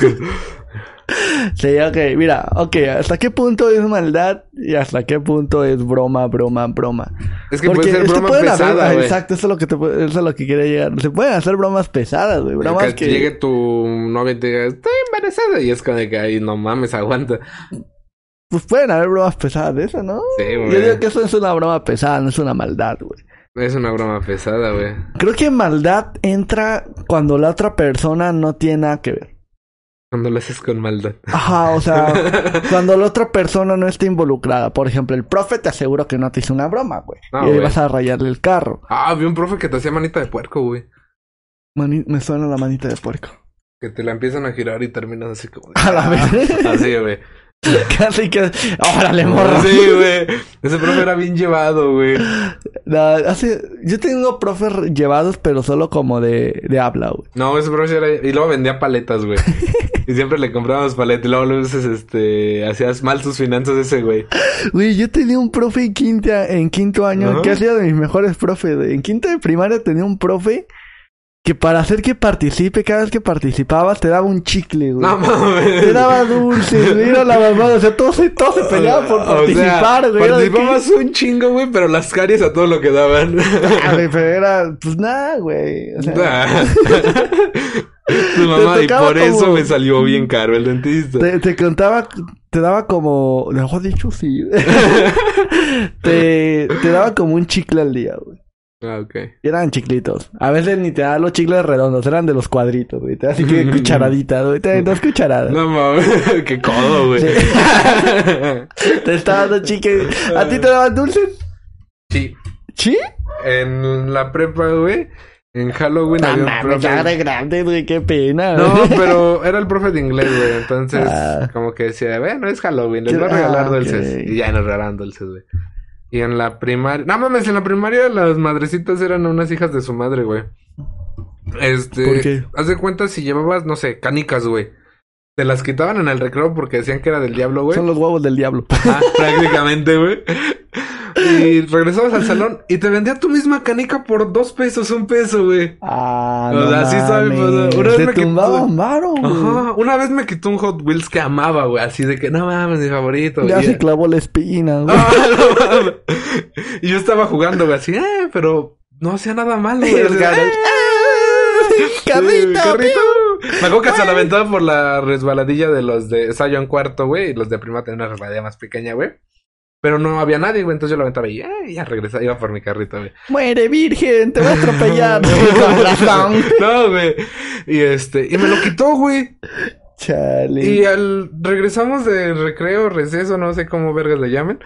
S1: Sí, ok, mira, ok, ¿hasta qué punto es maldad y hasta qué punto es broma, broma, broma?
S2: Es que Porque puede ser broma
S1: pueden
S2: pesada,
S1: hacer, Exacto, eso es lo que te, eso es lo que quiere llegar. Se pueden hacer bromas pesadas, güey, bromas
S2: que, que... llegue tu novia y te diga, estoy embarazada y es como de que, ay, no mames, aguanta.
S1: Pues pueden haber bromas pesadas de eso, ¿no?
S2: Sí, güey.
S1: Yo digo que eso es una broma pesada, no es una maldad, güey.
S2: Es una broma pesada, güey.
S1: Creo que maldad entra cuando la otra persona no tiene nada que ver.
S2: Cuando lo haces con maldad.
S1: Ajá, o sea, cuando la otra persona no está involucrada. Por ejemplo, el profe te aseguro que no te hizo una broma, güey. No, y ahí vas a rayarle el carro.
S2: Ah, vi un profe que te hacía manita de puerco, güey.
S1: Mani me suena la manita de puerco.
S2: Que te la empiezan a girar y terminas así como... "Ah",
S1: A la vez.
S2: así, güey.
S1: Casi que... ¡Órale, morro!
S2: Sí, güey. Ese profe era bien llevado, güey.
S1: No, hace... Yo tengo profes llevados, pero solo como de, de habla, güey.
S2: No, ese profe era... Y luego vendía paletas, güey. y siempre le comprábamos paletas. Y luego lo veces, este... Hacías mal sus finanzas ese, güey.
S1: Güey, yo tenía un profe en, quinta, en quinto año... ¿No? Que ha sido de mis mejores profes. En quinto de primaria tenía un profe que para hacer que participe, cada vez que participabas te daba un chicle, güey.
S2: No mames.
S1: Te daba dulces, mira la mamá, o sea, todos, todos se peleaban por participar, o sea, güey.
S2: Participabas un chingo, güey, pero las caries a todo lo que daban.
S1: Ah, güey, pero era, pues nada, güey. O sea,
S2: nah. Tu mamá, y por como... eso me salió bien caro el dentista.
S1: Te, te contaba, te daba como, lo dicho sí. te, te daba como un chicle al día, güey.
S2: Ah, ok.
S1: Eran chiclitos. A veces ni te daban los chicles redondos, eran de los cuadritos, güey. Te así que cucharaditas, güey. Te daban dos cucharadas.
S2: No mames, qué codo, güey. Sí.
S1: te estaba dando chicle. ¿A ti te daban dulces?
S2: Sí.
S1: ¿Sí?
S2: En la prepa, güey. En Halloween
S1: no, había un profe. Ah, Ya de grande, güey, qué pena.
S2: No, pero era el profe de inglés, güey. Entonces, ah. como que decía, bueno, es Halloween, les voy a regalar ah, dulces. Okay. Y ya nos regalaban dulces, güey. Y en la primaria. No mames, en la primaria las madrecitas eran unas hijas de su madre, güey. Este. ¿Por qué? Haz de cuenta si llevabas, no sé, canicas, güey. Te las quitaban en el recreo porque decían que era del diablo, güey.
S1: Son los huevos del diablo.
S2: Ah, prácticamente, güey. Y regresabas al salón y te vendía tu misma canica por dos pesos, un peso, güey.
S1: Ah, no. O sea, así sabe,
S2: pues,
S1: una vez te me quitó. Maro, Ajá,
S2: una vez me quitó un Hot Wheels que amaba, güey. Así de que no mames, mi favorito.
S1: Ya se clavó la espina, güey.
S2: Ah, no, mames. y yo estaba jugando, güey, así, eh, pero no hacía nada mal, güey.
S1: El ¡Eh! carrito, carrito.
S2: Me acuerdo que se la aventaba por la resbaladilla de los de o Sion Cuarto, güey. Y los de Prima tenían una resbaladilla más pequeña, güey. Pero no había nadie, güey. Entonces yo la aventaba y eh, ya regresaba, iba por mi carrito, güey.
S1: Muere, virgen, te voy a atropellar.
S2: no, güey. Y este, y me lo quitó, güey.
S1: Chale.
S2: Y al regresamos de recreo, receso, no sé cómo vergas le llamen.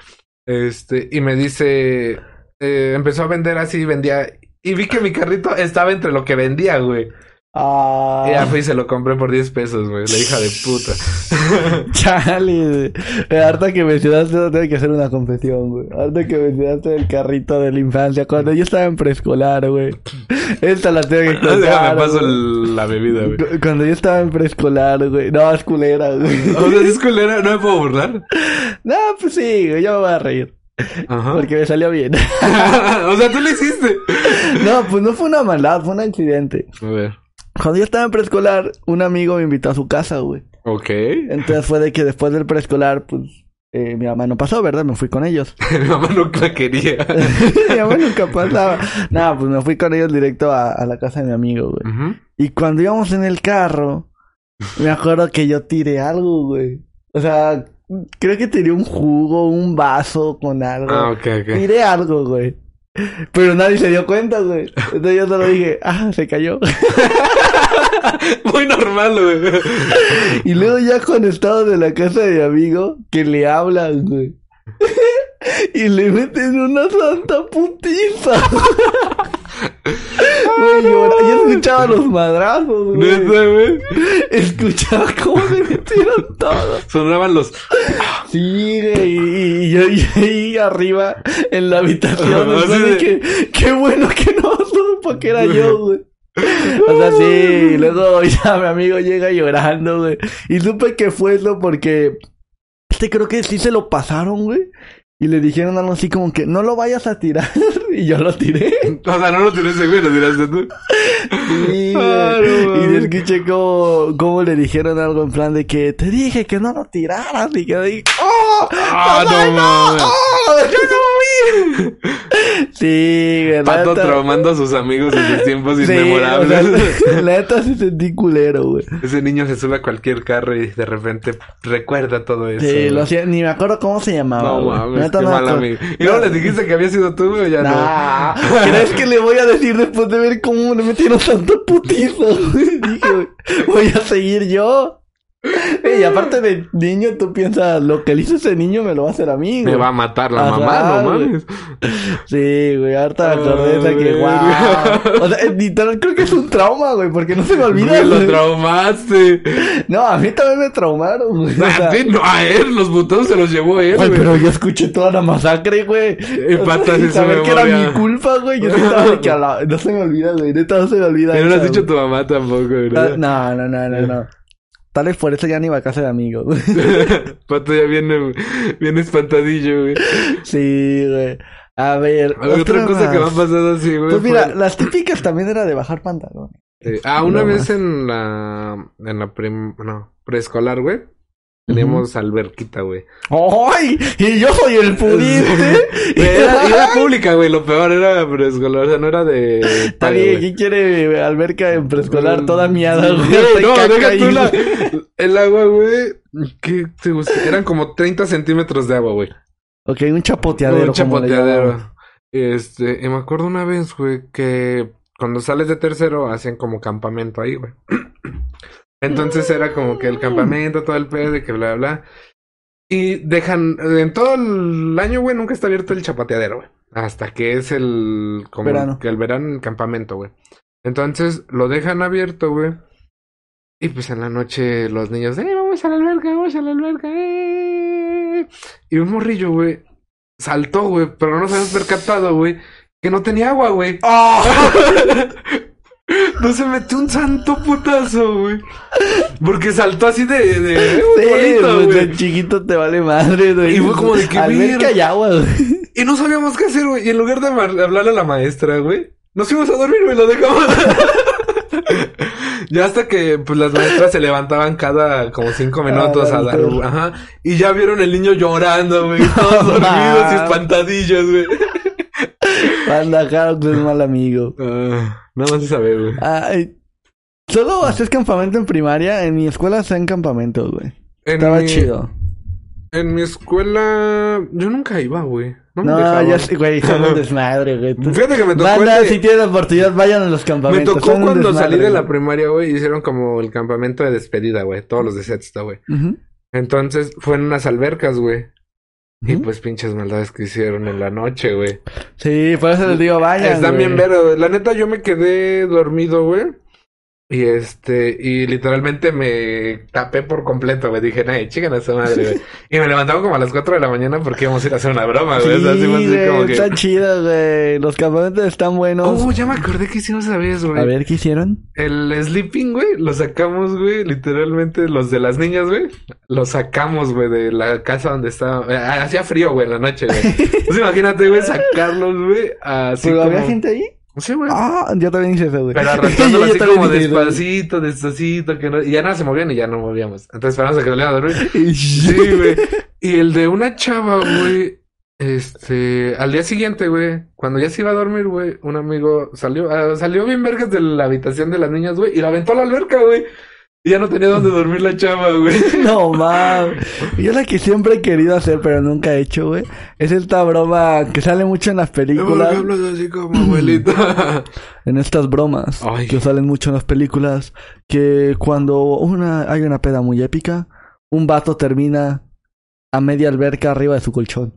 S2: Este, y me dice, eh, empezó a vender así, vendía. Y vi que mi carrito estaba entre lo que vendía, güey.
S1: Ah.
S2: Ya fui y se lo compré por 10 pesos, güey. La hija de puta.
S1: Chale. Eh, harta que mencionaste, tengo que hacer una confesión, güey. Harta que mencionaste el carrito de la infancia. Cuando yo estaba en preescolar, güey. Esta la tengo que
S2: Déjame
S1: contar.
S2: paso
S1: güey.
S2: el- la bebida, güey.
S1: Cu- Cuando yo estaba en preescolar, güey. No, es culera, güey.
S2: O sea, si es culera, no me puedo burlar.
S1: No, pues sí, güey, yo me voy a reír.
S2: Ajá.
S1: Porque me salió bien.
S2: o sea, tú lo hiciste.
S1: No, pues no fue una maldad, fue un accidente.
S2: A ver.
S1: Cuando yo estaba en preescolar, un amigo me invitó a su casa, güey.
S2: Ok.
S1: Entonces fue de que después del preescolar, pues, eh, mi mamá no pasó, ¿verdad? Me fui con ellos.
S2: Mi mamá no la quería.
S1: mi mamá nunca pasaba. Nada, pues me fui con ellos directo a, a la casa de mi amigo, güey.
S2: Ujú.
S1: Y cuando íbamos en el carro, me acuerdo que yo tiré algo, güey. O sea, creo que tiré un jugo, un vaso con algo.
S2: Ah, ok, ok.
S1: Tiré algo, güey. Pero nadie se dio cuenta, güey. Entonces yo solo dije, ah, se cayó.
S2: Muy normal, güey.
S1: Y luego ya cuando estaba de la casa de mi amigo, que le hablan, güey. y le meten una santa putiza. Güey, llora- Yo escuchaba los madrazos, güey.
S2: Neta, güey.
S1: Escuchaba cómo le metieron todo.
S2: Sonaban los.
S1: Sí, güey. Y, y yo y ahí arriba en la habitación.
S2: Así
S1: después de
S2: de-
S1: que, qué bueno que no supo porque era yo, güey. O sea, sí, y luego ya mi amigo llega llorando, güey. Y supe que fue eso porque este creo que sí se lo pasaron, güey. Y le dijeron algo así como que no lo vayas a tirar. Y yo lo tiré.
S2: O sea, no lo tiraste, güey, lo tiraste tú.
S1: Sí,
S2: Ah,
S1: güey.
S2: no
S1: y yo
S2: mames.
S1: escuché como, como le dijeron algo en plan de que te dije que no lo tiraras. Y que dije, ¡Oh!
S2: Ah,
S1: ¡Mamá,
S2: no mames.
S1: ¡Oh! ¡Yo no vi! Sí, güey. la
S2: Pato
S1: neta-
S2: traumando a sus amigos en sus tiempos
S1: Sí, o sea,
S2: inmemorables.
S1: la neta se sentí culero, güey.
S2: Ese niño se sube a cualquier carro y de repente recuerda todo eso.
S1: Sí, lo
S2: güey.
S1: hacía- ni me acuerdo cómo se llamaba.
S2: No
S1: güey.
S2: mames,
S1: Neta,
S2: qué
S1: no me
S2: mal
S1: acuerdo.
S2: amigo. Y luego les dijiste que había sido tú, güey, ya
S1: Nah, ¿Crees que le voy a decir después de ver cómo le metieron tanto putizo? Dije, güey, voy a seguir yo. Y aparte de niño, tú piensas, lo que le hizo ese niño me lo va a hacer a mí,
S2: no.
S1: güey.
S2: Me va a matar la
S1: Ajá,
S2: mamá, no
S1: Ah, güey.
S2: mames.
S1: Sí, güey, harta la torreza que,
S2: Ah,
S1: guau. O sea, eh, literal, creo que es un trauma, güey, porque no se me olvida.
S2: Güey, lo
S1: güey.
S2: traumaste.
S1: No, a mí también me traumaron, güey. O sea,
S2: A ti no, a él, los botones se los llevó él,
S1: Güey,
S2: Ah, güey.
S1: pero yo escuché toda la masacre, güey.
S2: Eh,
S1: O sea,
S2: patas
S1: sin
S2: en su
S1: saber que era
S2: memoria.
S1: mi culpa, güey. Yo sí estaba de que a la... No se me olvida, güey. Neta, no se me olvida.
S2: Pero no lo has
S1: esa,
S2: dicho a
S1: güey.
S2: tu mamá tampoco,
S1: Ta-
S2: ¿verdad?
S1: No, no, no, no, no. Tal vez por eso ya ni iba a casa de amigos. güey.
S2: Pato ya viene, viene espantadillo, güey.
S1: sí, güey. A ver.
S2: A ver, otra cosa
S1: más.
S2: que me ha pasado así, güey.
S1: Pues
S2: fue-
S1: mira, las típicas también era de bajar pantalón.
S2: Eh, ah, una
S1: No,
S2: vez en la, en la prim, no, preescolar, güey. Teníamos alberquita, güey.
S1: ¡Ay! Y yo soy el pudiente.
S2: Era, era pública, güey. Lo peor era preescolar. O sea, no era de...
S1: Está
S2: paga,
S1: bien,
S2: güey.
S1: ¿quién quiere alberca en preescolar
S2: Mm,
S1: toda miada, güey?
S2: güey, No,
S1: Hasta
S2: deja
S1: caca
S2: tú
S1: y-
S2: la- el agua, güey. ¿Qué te gusta? Eran como 30 centímetros de agua, güey.
S1: Ok, un chapoteadero.
S2: Un
S1: como le llamaban.
S2: chapoteadero. Este, y me acuerdo una vez, güey, que cuando sales de tercero hacen como campamento ahí, güey. Entonces era como que
S1: Mm.
S2: el campamento, todo el pedo de que bla, bla. Y dejan, en todo el año, güey, nunca está abierto el chapoteadero, güey. Hasta que es el, como
S1: Verano.
S2: que el verano, el campamento, güey. Entonces lo dejan abierto, güey. Y pues en la noche los niños, eh, vamos a la alberca, vamos a la alberca, eh. Y un morrillo, güey, saltó, güey, pero no se había percatado, güey, que no tenía agua, güey.
S1: Ah,
S2: No se metió un santo putazo, güey. Porque saltó así de, de, de
S1: Sí,
S2: bonito,
S1: pues,
S2: güey.
S1: de chiquito te vale madre, güey.
S2: Y fue como de que,
S1: Alberca
S2: "Verga".
S1: y agua, güey.
S2: Y no sabíamos qué hacer, güey. Y en lugar de mar- hablarle a la maestra, güey, nos fuimos a dormir, güey, lo dejamos. ya hasta que pues las maestras se levantaban cada como cinco minutos
S1: Ah,
S2: a dar.
S1: doctor.
S2: Ajá. Y ya vieron el niño llorando, güey. Todos dormidos y espantadillos, güey.
S1: Anda, Harold es mal amigo.
S2: Ah, nada más de saber, güey.
S1: Ay, Solo
S2: Ah.
S1: haces campamento en primaria. En mi escuela hacían campamentos, güey.
S2: En
S1: Estaba
S2: mi-
S1: chido.
S2: En mi escuela, yo nunca iba, güey. No me
S1: No,
S2: dejaban.
S1: ya sé, güey, son un desmadre, güey. Tú-
S2: Fíjate que me tocó el
S1: Banda,
S2: de-
S1: si tienen oportunidad, vayan a los
S2: Me
S1: campamentos.
S2: tocó
S1: son un
S2: cuando salí
S1: desmadre,
S2: de la
S1: güey.
S2: primaria, güey, hicieron como el campamento de despedida, güey. Todos los de sexto, güey.
S1: Ujú.
S2: Entonces, fue en unas albercas, güey. Y
S1: Ujú.
S2: pues pinches maldades que hicieron en la noche, güey.
S1: Sí, por eso les digo, vayan.
S2: Están
S1: güey.
S2: bien veros. La neta, yo me quedé dormido, güey. Y este, y literalmente me tapé por completo, güey. Dije, ay, chican a su madre, güey. Y me levantaba como a las 4 de la mañana porque íbamos a ir a hacer una broma, güey.
S1: Sí,
S2: O sea, así fue así
S1: güey,
S2: como que-
S1: Está chido, güey. Los campamentos están buenos.
S2: Oh, ya me acordé que hicimos a vez,
S1: a
S2: güey.
S1: ver, ¿qué hicieron?
S2: El sleeping, güey, lo sacamos, güey, literalmente, los de las niñas, güey, lo sacamos, güey, de la casa donde estaba. eh, Hacía frío, güey, en la noche, güey. Entonces imagínate, güey, sacarlos, güey, así
S1: ¿Pero había
S2: como-
S1: gente ahí?
S2: Sí, güey.
S1: Ah, yo también hice eso, güey.
S2: Pero arrastrándolo
S1: Yo- yo
S2: así
S1: también
S2: como
S1: hice eso, güey.
S2: despacito, despacito, que no- y ya no se movían y ya no movíamos. Entonces esperamos a que le a dormir.
S1: Sí,
S2: Sí, güey. Y el de una chava, güey, este, al día siguiente, güey, cuando ya se iba a dormir, güey, un amigo salió, ah, salió bien vergas de la habitación de las niñas, güey, y la aventó a la alberca, güey. Y ya no tenía dónde dormir la chava, güey.
S1: No mames. Yo la que siempre he querido hacer, pero nunca he hecho, güey. Es esta broma que sale mucho en las películas.
S2: hablas así como abuelita.
S1: En estas bromas
S2: Ay.
S1: que salen mucho en las películas. Que cuando una, hay una peda muy épica, un vato termina a media alberca arriba de su colchón.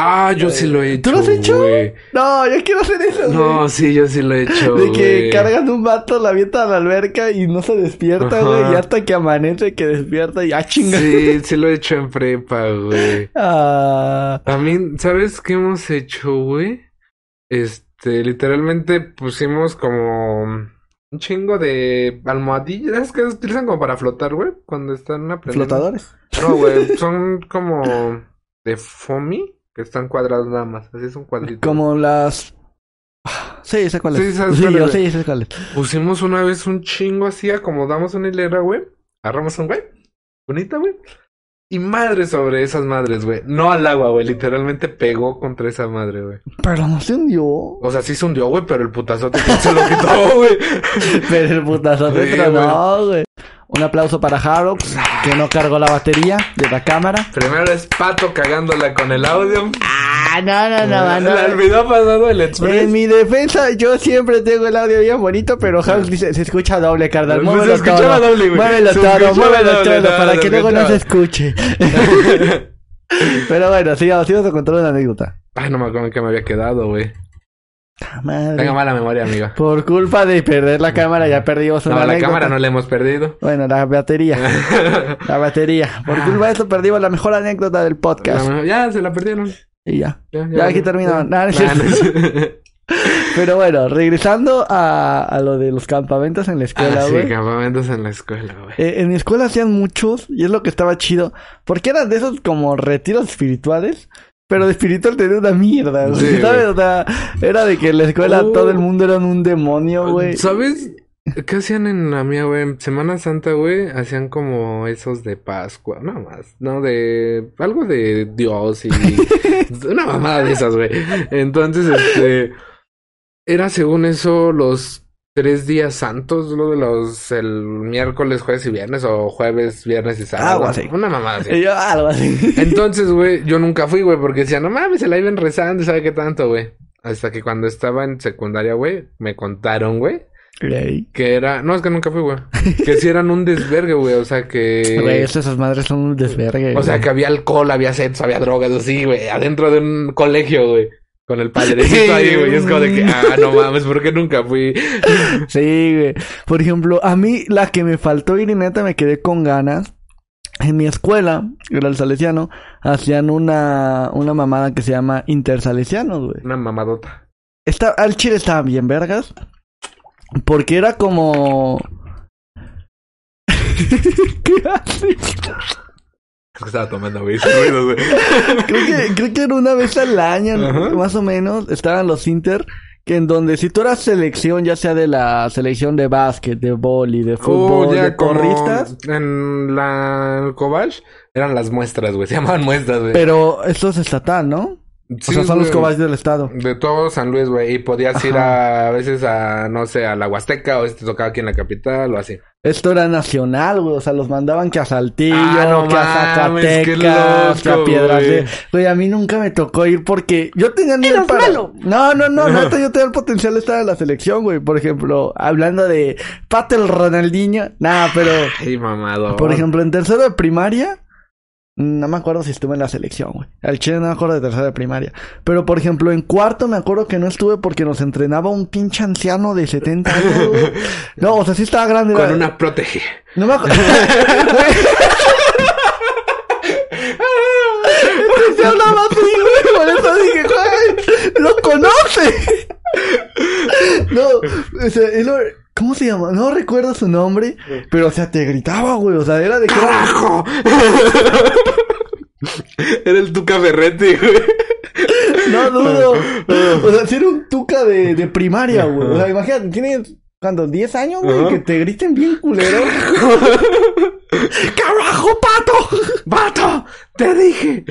S2: Ah, yo sí lo he hecho.
S1: ¿Tú lo has hecho?
S2: güey.
S1: No, yo quiero hacer eso, güey.
S2: No, sí, yo sí lo he hecho.
S1: De que
S2: güey.
S1: cargan un vato, la avientan a la alberca y no se despierta,
S2: Ajá.
S1: güey. Y hasta que amanece, que despierta y ¡ah, chinga!
S2: Sí, sí lo he hecho en prepa, güey.
S1: Ah,
S2: También, ¿sabes qué hemos hecho, güey? Este, literalmente pusimos como un chingo de almohadillas que utilizan como para flotar, güey, cuando están aprendiendo.
S1: flotadores.
S2: No, güey, son como de foamy, que están cuadrados nada más, así es un cuadrito.
S1: Como las... Sí, sé cuál es.
S2: Sí, sabes
S1: Sí,
S2: cuál es,
S1: yo
S2: güey.
S1: sí, sé cuál es.
S2: Pusimos una vez un chingo así, acomodamos una hilera, güey. Agarramos un güey. Bonita, güey. Y madre sobre esas madres, güey. No al agua, güey. Literalmente pegó contra esa madre, güey.
S1: Pero no se hundió.
S2: O sea, sí se hundió, güey, pero el putazote que se lo quitó, güey.
S1: Pero el putazo
S2: Sí,
S1: se tronó, güey. Un aplauso para Harox, que no cargó la batería de la cámara.
S2: Primero es Pato cagándola con el audio.
S1: Ah, no, no, no,
S2: Le
S1: no.
S2: olvidó pasado el express.
S1: En mi defensa, yo siempre tengo el audio bien bonito, pero Harox dice, se escucha doble, carnal.
S2: Se
S1: Muévelo
S2: escuchaba
S1: todo.
S2: doble, güey.
S1: Muévelo
S2: Se
S1: todo,
S2: escuchaba
S1: muévelo
S2: doble,
S1: todo,
S2: no,
S1: para
S2: se
S1: que luego no
S2: escuchaba.
S1: se escuche. Pero bueno, sigamos, sigamos a contar una anécdota.
S2: Ay, no me acuerdo en qué me había quedado, güey.
S1: Ah, madre.
S2: Tengo mala memoria, amiga.
S1: Por culpa de perder la cámara ya perdimos
S2: No,
S1: Pues, una
S2: la
S1: anécdota.
S2: cámara no la hemos perdido.
S1: Bueno, la batería, la batería. Por culpa de eso perdimos la mejor anécdota del
S2: Ah. La
S1: podcast.
S2: me- ya, se la perdieron.
S1: Y ya.
S2: Ya,
S1: Ya aquí terminamos. Nada, no es cierto. Pero bueno, regresando a, a lo de los campamentos en la escuela,
S2: Ah, sí,
S1: güey.
S2: campamentos en la escuela, güey.
S1: Eh, en mi escuela hacían muchos y es lo que estaba chido. Porque eran de esos como retiros espirituales. Pero de espiritual tenía una mierda, güey.
S2: Sí,
S1: ¿Sabes?
S2: güey.
S1: O sea, era de que en la escuela
S2: Oh.
S1: todo el mundo era un demonio, güey.
S2: ¿Sabes qué hacían en la mía, güey? En Semana Santa, güey, hacían como esos de Pascua, nada más, ¿no? De algo de Dios y una mamada de esas, güey. Entonces, este, era según eso los tres días santos, lo de los, el miércoles, jueves y viernes, o jueves, viernes y sábado.
S1: Algo así.
S2: Una mamada así.
S1: Y yo, "Ah, algo así.
S2: Entonces, güey, yo nunca fui, güey, porque decía, no mames, se la iban rezando, ¿sabe qué tanto, güey? Hasta que cuando estaba en secundaria, güey, me contaron, güey,
S1: Güey,
S2: que era... No, es que nunca fui, güey. Que si eran un desvergue, güey, o sea
S1: Güey,
S2: que...
S1: esas esas madres son un desvergue.
S2: O sea,
S1: güey.
S2: que había alcohol, había sexo, había drogas, así, güey, adentro de un colegio, güey. Con el padrecito ahí, güey. y Es como de que, ah, no mames, ¿por qué nunca fui?
S1: Sí, güey. Por ejemplo, a mí la que me faltó ir y neta me quedé con ganas. En mi escuela, era el salesiano, hacían una, una mamada que se llama intersalesianos, güey.
S2: Una mamadota.
S1: Está, al chile estaba bien vergas. Porque era como. ¿Qué haces?
S2: Es que estaba tomando, güey, hice ruido, güey.
S1: Creo que, creo que era una vez al año,
S2: Ajá.
S1: más o menos, estaban los Inter. Que en donde si tú eras selección, ya sea de la selección de básquet, de vóley, de fútbol,
S2: Oh,
S1: de
S2: ya como
S1: corristas.
S2: en la el Cobach eran las muestras, güey. Se llamaban muestras, güey.
S1: Pero esto es estatal, ¿no?
S2: Sí,
S1: o sea, son los
S2: güey.
S1: cobayes del estado.
S2: De todo San Luis, güey. Y podías ir a, a veces a, no sé, a la Huasteca o si te tocaba aquí en la capital o así.
S1: Esto era nacional, güey. O sea, los mandaban que a Saltillo,
S2: Ah, no
S1: que a
S2: mames, qué
S1: Zacatecas, que a
S2: loco,
S1: Piedras
S2: güey.
S1: de... Güey, a mí nunca me tocó ir porque yo tenía nivel para... No, no, no. neta, yo tenía el potencial de estar en la selección, güey. Por ejemplo, hablando de Patel Ronaldinho. Nah, pero...
S2: Ay, mamado.
S1: Por ejemplo, en tercero de primaria... No me acuerdo si estuve en la selección, güey. Al chile no me acuerdo de tercera de primaria. Pero, por ejemplo, en cuarto me acuerdo que no estuve porque nos entrenaba un pinche anciano de 70 años, güey. No, o sea, sí estaba grande.
S2: Con
S1: era-
S2: una protege.
S1: No me acuerdo. Se hablaba así, güey. Por eso dije, güey, lo conoce. No, o sea, él, ¿cómo se llama? No recuerdo su nombre, pero, o sea, te gritaba, güey. O sea, era de que era-
S2: ¡Carajo! Era el Tuca Ferretti, güey.
S1: No dudo. O sea, si era un tuca de, de primaria, güey. O sea, imagínate, tienes, ¿cuánto? ¿10 años, güey?
S2: Ajá.
S1: Que te griten bien culero. ¡Carajo, pato!
S2: ¡Vato! ¡Te dije!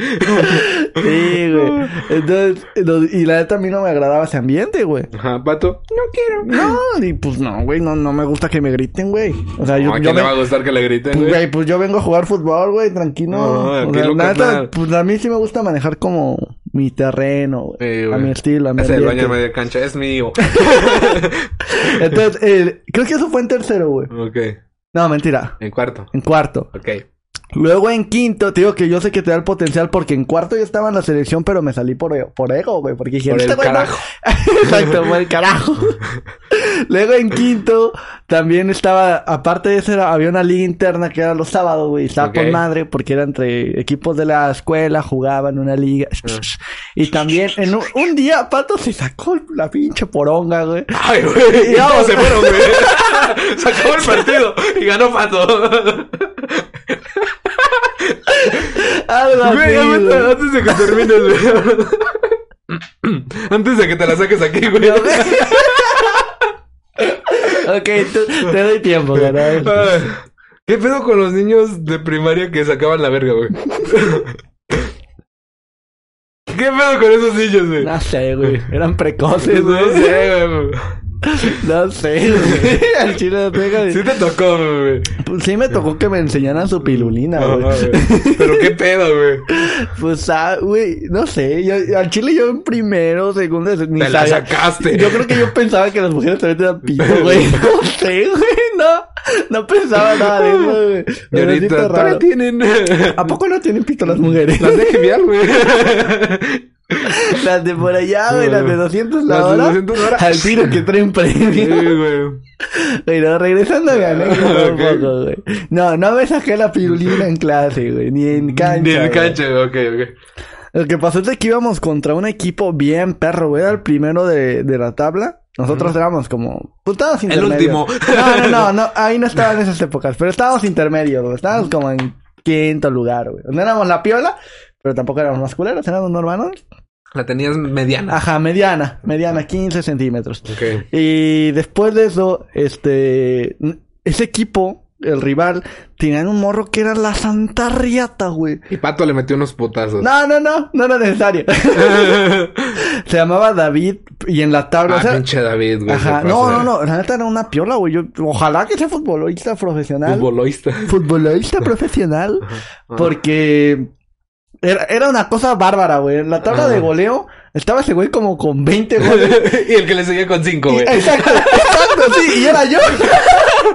S1: Sí, güey. Entonces, lo- y la neta a mí no me agradaba ese ambiente, güey.
S2: Ajá, vato. No quiero.
S1: No, y pues no, güey, no, no me gusta que me griten, güey. O sea,
S2: No,
S1: yo,
S2: ¿A quién
S1: yo
S2: le
S1: me-
S2: va a gustar Ah, que le griten,
S1: pues,
S2: güey?
S1: güey, pues yo vengo a jugar fútbol, güey, tranquilo.
S2: No,
S1: O
S2: aquí
S1: sea,
S2: lo
S1: la
S2: que
S1: neta,
S2: nada.
S1: pues a mí sí me gusta manejar como mi terreno, güey.
S2: Sí,
S1: a
S2: güey.
S1: mi estilo, a mi
S2: Ese del baño
S1: ambiente.
S2: de media cancha es mío.
S1: Entonces, el- creo que eso fue en tercero, güey.
S2: ok.
S1: No, mentira.
S2: En cuarto.
S1: En cuarto.
S2: Ok.
S1: Luego en quinto, te digo que yo sé que te da el potencial porque en cuarto yo estaba en la selección, pero me salí por, e- por ego, güey. Porque dije,
S2: Por
S1: "Este
S2: el
S1: güey no-".
S2: carajo.
S1: Exacto, por el carajo. Luego en quinto, también estaba, aparte de eso, era- había una liga interna que era los sábados, güey. y Estaba
S2: Ok.
S1: por madre porque era entre equipos de la escuela, jugaban una liga.
S2: Ah.
S1: Y también en un, un día, Pato se sacó la pinche poronga, güey.
S2: ¡Ay, güey!
S1: Y
S2: Y todos
S1: vamos.
S2: se fueron, güey. Se acabó el partido y ganó Pato.
S1: Algo así,
S2: Güey, aguanta,
S1: Ah, güey.
S2: antes de que termines, güey. Antes de que te la saques aquí, güey.
S1: Ok, tú- te doy tiempo, güey.
S2: Ay, ¿Qué pedo con los niños de primaria que sacaban la verga, güey? ¿Qué pedo con esos niños, güey?
S1: No sé, güey. Eran precoces,
S2: No
S1: güey.
S2: sé, güey.
S1: No sé, güey. Al chile no tengo ni-
S2: Sí te tocó, güey.
S1: Pues sí me tocó que me enseñaran su pilulina,
S2: Ajá,
S1: güey.
S2: güey. Pero qué pedo, güey.
S1: Pues, ah, güey, no sé. Yo, al chile yo en primero, segundo, ni
S2: Te la
S1: sabía.
S2: sacaste.
S1: Yo creo que yo pensaba que las mujeres también eran pito, güey. No sé, güey. No, no pensaba nada de eso, güey.
S2: Y
S1: Pero sí está
S2: ahorita
S1: raro.
S2: todavía tienen. Las
S1: ¿A poco no tienen pito las mujeres?
S2: de genial, güey.
S1: Las de por allá, güey, las de 200 la
S2: Las de
S1: hora.
S2: 200 la hora.
S1: Al tiro que traen
S2: Sí,
S1: premio.
S2: güey.
S1: Pero regresando a mi anécdota
S2: Ok.
S1: un poco, güey. No, no me saqué la pirulina en clase, güey. Ni en cancha.
S2: Ni el
S1: güey.
S2: cancha, güey. ok, ok.
S1: Lo que pasó es de que íbamos contra un equipo bien perro, güey. Era el primero de, de la tabla. Nosotros éramos como... Pues estábamos intermedios.
S2: último.
S1: No, no, no, no. Ahí no estaban en esas épocas. Pero estábamos intermedios, güey. Estábamos como en quinto lugar, güey. No éramos la piola, pero tampoco éramos masculeros. Éramos normales.
S2: La tenías mediana.
S1: Ajá, mediana. Mediana, 15 centímetros.
S2: Ok.
S1: Y después de eso, este. n- Ese equipo, el rival, tenían un morro que era la Santa Riata, güey.
S2: Y Pato le metió unos putazos.
S1: No, no, no, no era necesario. Se llamaba David y en la tabla. o
S2: Ah,
S1: sea,
S2: pinche David, güey.
S1: ajá.
S2: se
S1: No,
S2: pasa
S1: no,
S2: de
S1: no. La neta era una piola, güey. Yo, ojalá que sea futbolista profesional.
S2: Futbolista.
S1: Futbolista profesional.
S2: Ajá.
S1: Porque. Era, era una cosa bárbara, güey. En la tabla
S2: Ajá.
S1: de goleo estaba ese güey como con 20 goles.
S2: y el que le seguía con cinco, güey.
S1: Exacto, exacto, sí, y era yo.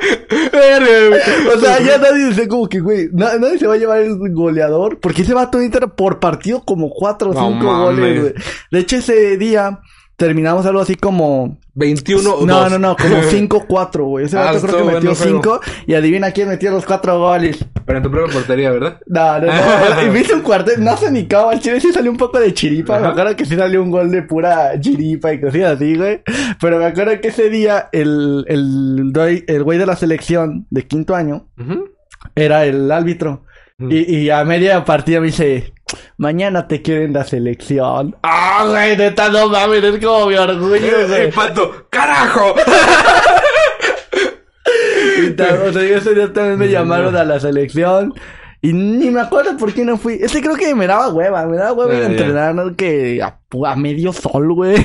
S2: Verga, güey.
S1: O sea, ya nadie dice como que, güey, na- nadie se va a llevar el goleador. Porque ese vato entra por partido como cuatro o
S2: No
S1: cinco
S2: mames.
S1: goles, güey. De hecho, ese día terminamos algo así como...
S2: 21 o
S1: no,
S2: dos.
S1: no, no, como 5-4, güey. Ese
S2: Ah,
S1: vato creo
S2: estuvo
S1: que
S2: bueno
S1: metió
S2: el juego.
S1: 5 y adivina quién metió los cuatro goles.
S2: Pero en tu propia portería, ¿verdad?
S1: No, no, no. Y me hizo un cuartel, no se ni cago. Al chile sí salió un poco de chiripa. Me
S2: Ajá.
S1: acuerdo que sí salió un gol de pura chiripa y cosas así, güey. Pero me acuerdo que ese día el, el, doy- el güey de la selección de quinto año
S2: Ujú.
S1: era el árbitro.
S2: Mm.
S1: Y, y a media partida me dice, mañana te quieren la selección. Ah, güey, neta, no mames, es como mi orgullo,
S2: Y
S1: güey.
S2: Eh, Pato, ¡carajo!
S1: Y ta- O sea, yo ese día también me llamaron a la selección. Y ni me acuerdo por qué no fui. Ese creo que me daba hueva, me daba hueva ir a
S2: Ah, ya.
S1: entrenar, ¿no? Que a, pu- a medio sol, güey.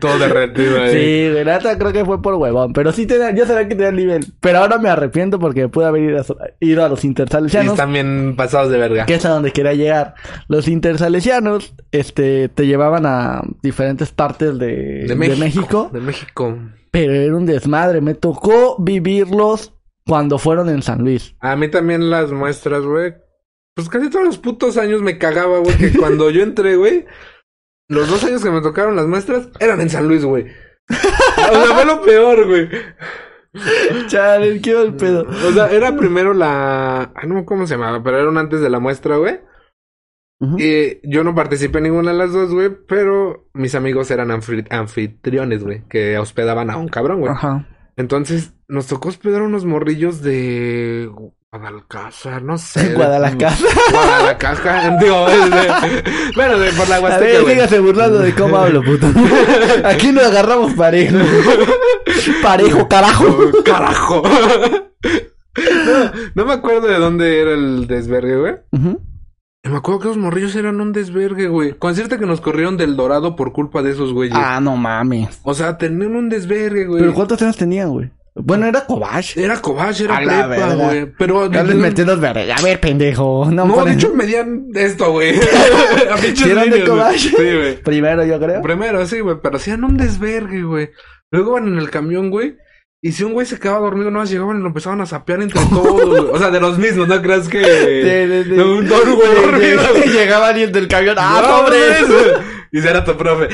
S2: Todo derretido ahí.
S1: Sí, güey, la neta creo que fue por huevón. Pero sí tenía, yo sabía que tenía nivel. Pero ahora me arrepiento porque pude haber ido a, so- ido a los
S2: Y
S1: intersalesianos.
S2: están bien pasados de verga.
S1: que es a donde quería llegar. Los intersalesianos, este, te llevaban a diferentes partes de, de México,
S2: De México.
S1: pero era un desmadre. Me tocó vivirlos cuando fueron en San Luis.
S2: A mí también las muestras, güey. Pues casi todos los putos años me cagaba, güey, que cuando yo entré, güey, los dos años que me tocaron las muestras eran en San Luis, güey. O sea, fue lo peor, güey.
S1: Chale, qué mal pedo.
S2: O sea, era primero la. Ah, no, ¿cómo se llamaba? Pero eran antes de la muestra, güey.
S1: Ujú.
S2: Y yo no participé en ninguna de las dos, güey, pero mis amigos eran anfri- anfitriones, güey, que hospedaban a un cabrón, güey.
S1: Ajá.
S2: Entonces nos tocó hospedar unos morrillos de Guadalcázar, no sé. de-
S1: Guadalajara.
S2: Guadalajara, digo, es de- bueno, de por la
S1: A
S2: Huasteca,
S1: ver,
S2: güey.
S1: sígase burlando de cómo hablo, puto. Aquí nos agarramos parejo. Parejo, carajo.
S2: Oh, Carajo. No, no me acuerdo de dónde era el desvergue, güey.
S1: Ujú.
S2: Me acuerdo que los morrillos eran un desvergue, güey. Con cierta que nos corrieron del Dorado por culpa de esos güeyes.
S1: Ah, no mames.
S2: O sea, tenían un desvergue, güey.
S1: ¿Pero cuántos años tenían, güey? Bueno, era Kobash.
S2: Era cobache, era
S1: A
S2: prepa,
S1: la verga.
S2: güey. Pero
S1: Ya les metí unos verdes. A ver, pendejo. No,
S2: No,
S1: ponen-
S2: de hecho medían esto, güey. A pinches
S1: ¿Sí eran de
S2: niños, güey.
S1: Cobach?
S2: Sí, güey.
S1: Primero, yo creo.
S2: Primero, sí, güey, pero hacían un desvergue, güey. Luego iban en el camión, güey. Y si un güey se quedaba dormido, nomás llegaban y lo empezaban a sapear entre todos, güey. O sea, de los mismos, ¿no creas que...?
S1: De- de- de-
S2: de un dormido
S1: de-
S2: dormido,
S1: de-
S2: güey.
S1: Llegaban y el del camión. ¡Ah,
S2: No,
S1: pobres!
S2: mames, güey. Y se era tu profe.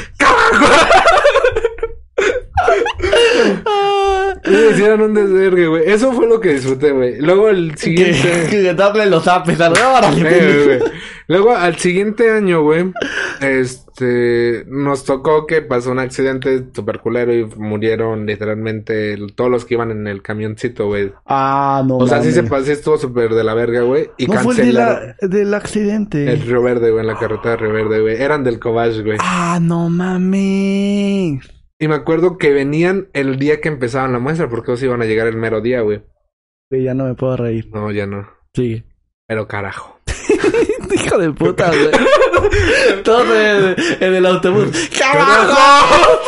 S1: Ah,
S2: Y hicieron un desvergue, güey. Eso fue lo que disfruté, güey. Luego el
S1: Que,
S2: siguiente...
S1: que darle los apes al órale,
S2: Sí,
S1: pendejo.
S2: güey. Luego al siguiente año, güey, este, nos tocó que pasó un accidente super culero y murieron literalmente el- todos los que iban en el camioncito, güey.
S1: Ah, no
S2: O sea, sí
S1: mames.
S2: se pasó, sí estuvo súper de la verga, güey. Y
S1: No fue el de la-
S2: cancelaron
S1: del accidente.
S2: el Río Verde, güey, en la carretera de Río Verde, güey. Eran del Cobach, güey.
S1: Ah, no mames.
S2: Y me acuerdo que venían el día que empezaban la muestra, porque ellos iban a llegar el mero día, güey.
S1: Güey, ya no me puedo reír.
S2: No, ya no.
S1: Sigue.
S2: Pero carajo.
S1: Hijo de puta, güey. Todo en, en el autobús.
S2: ¡Carajo!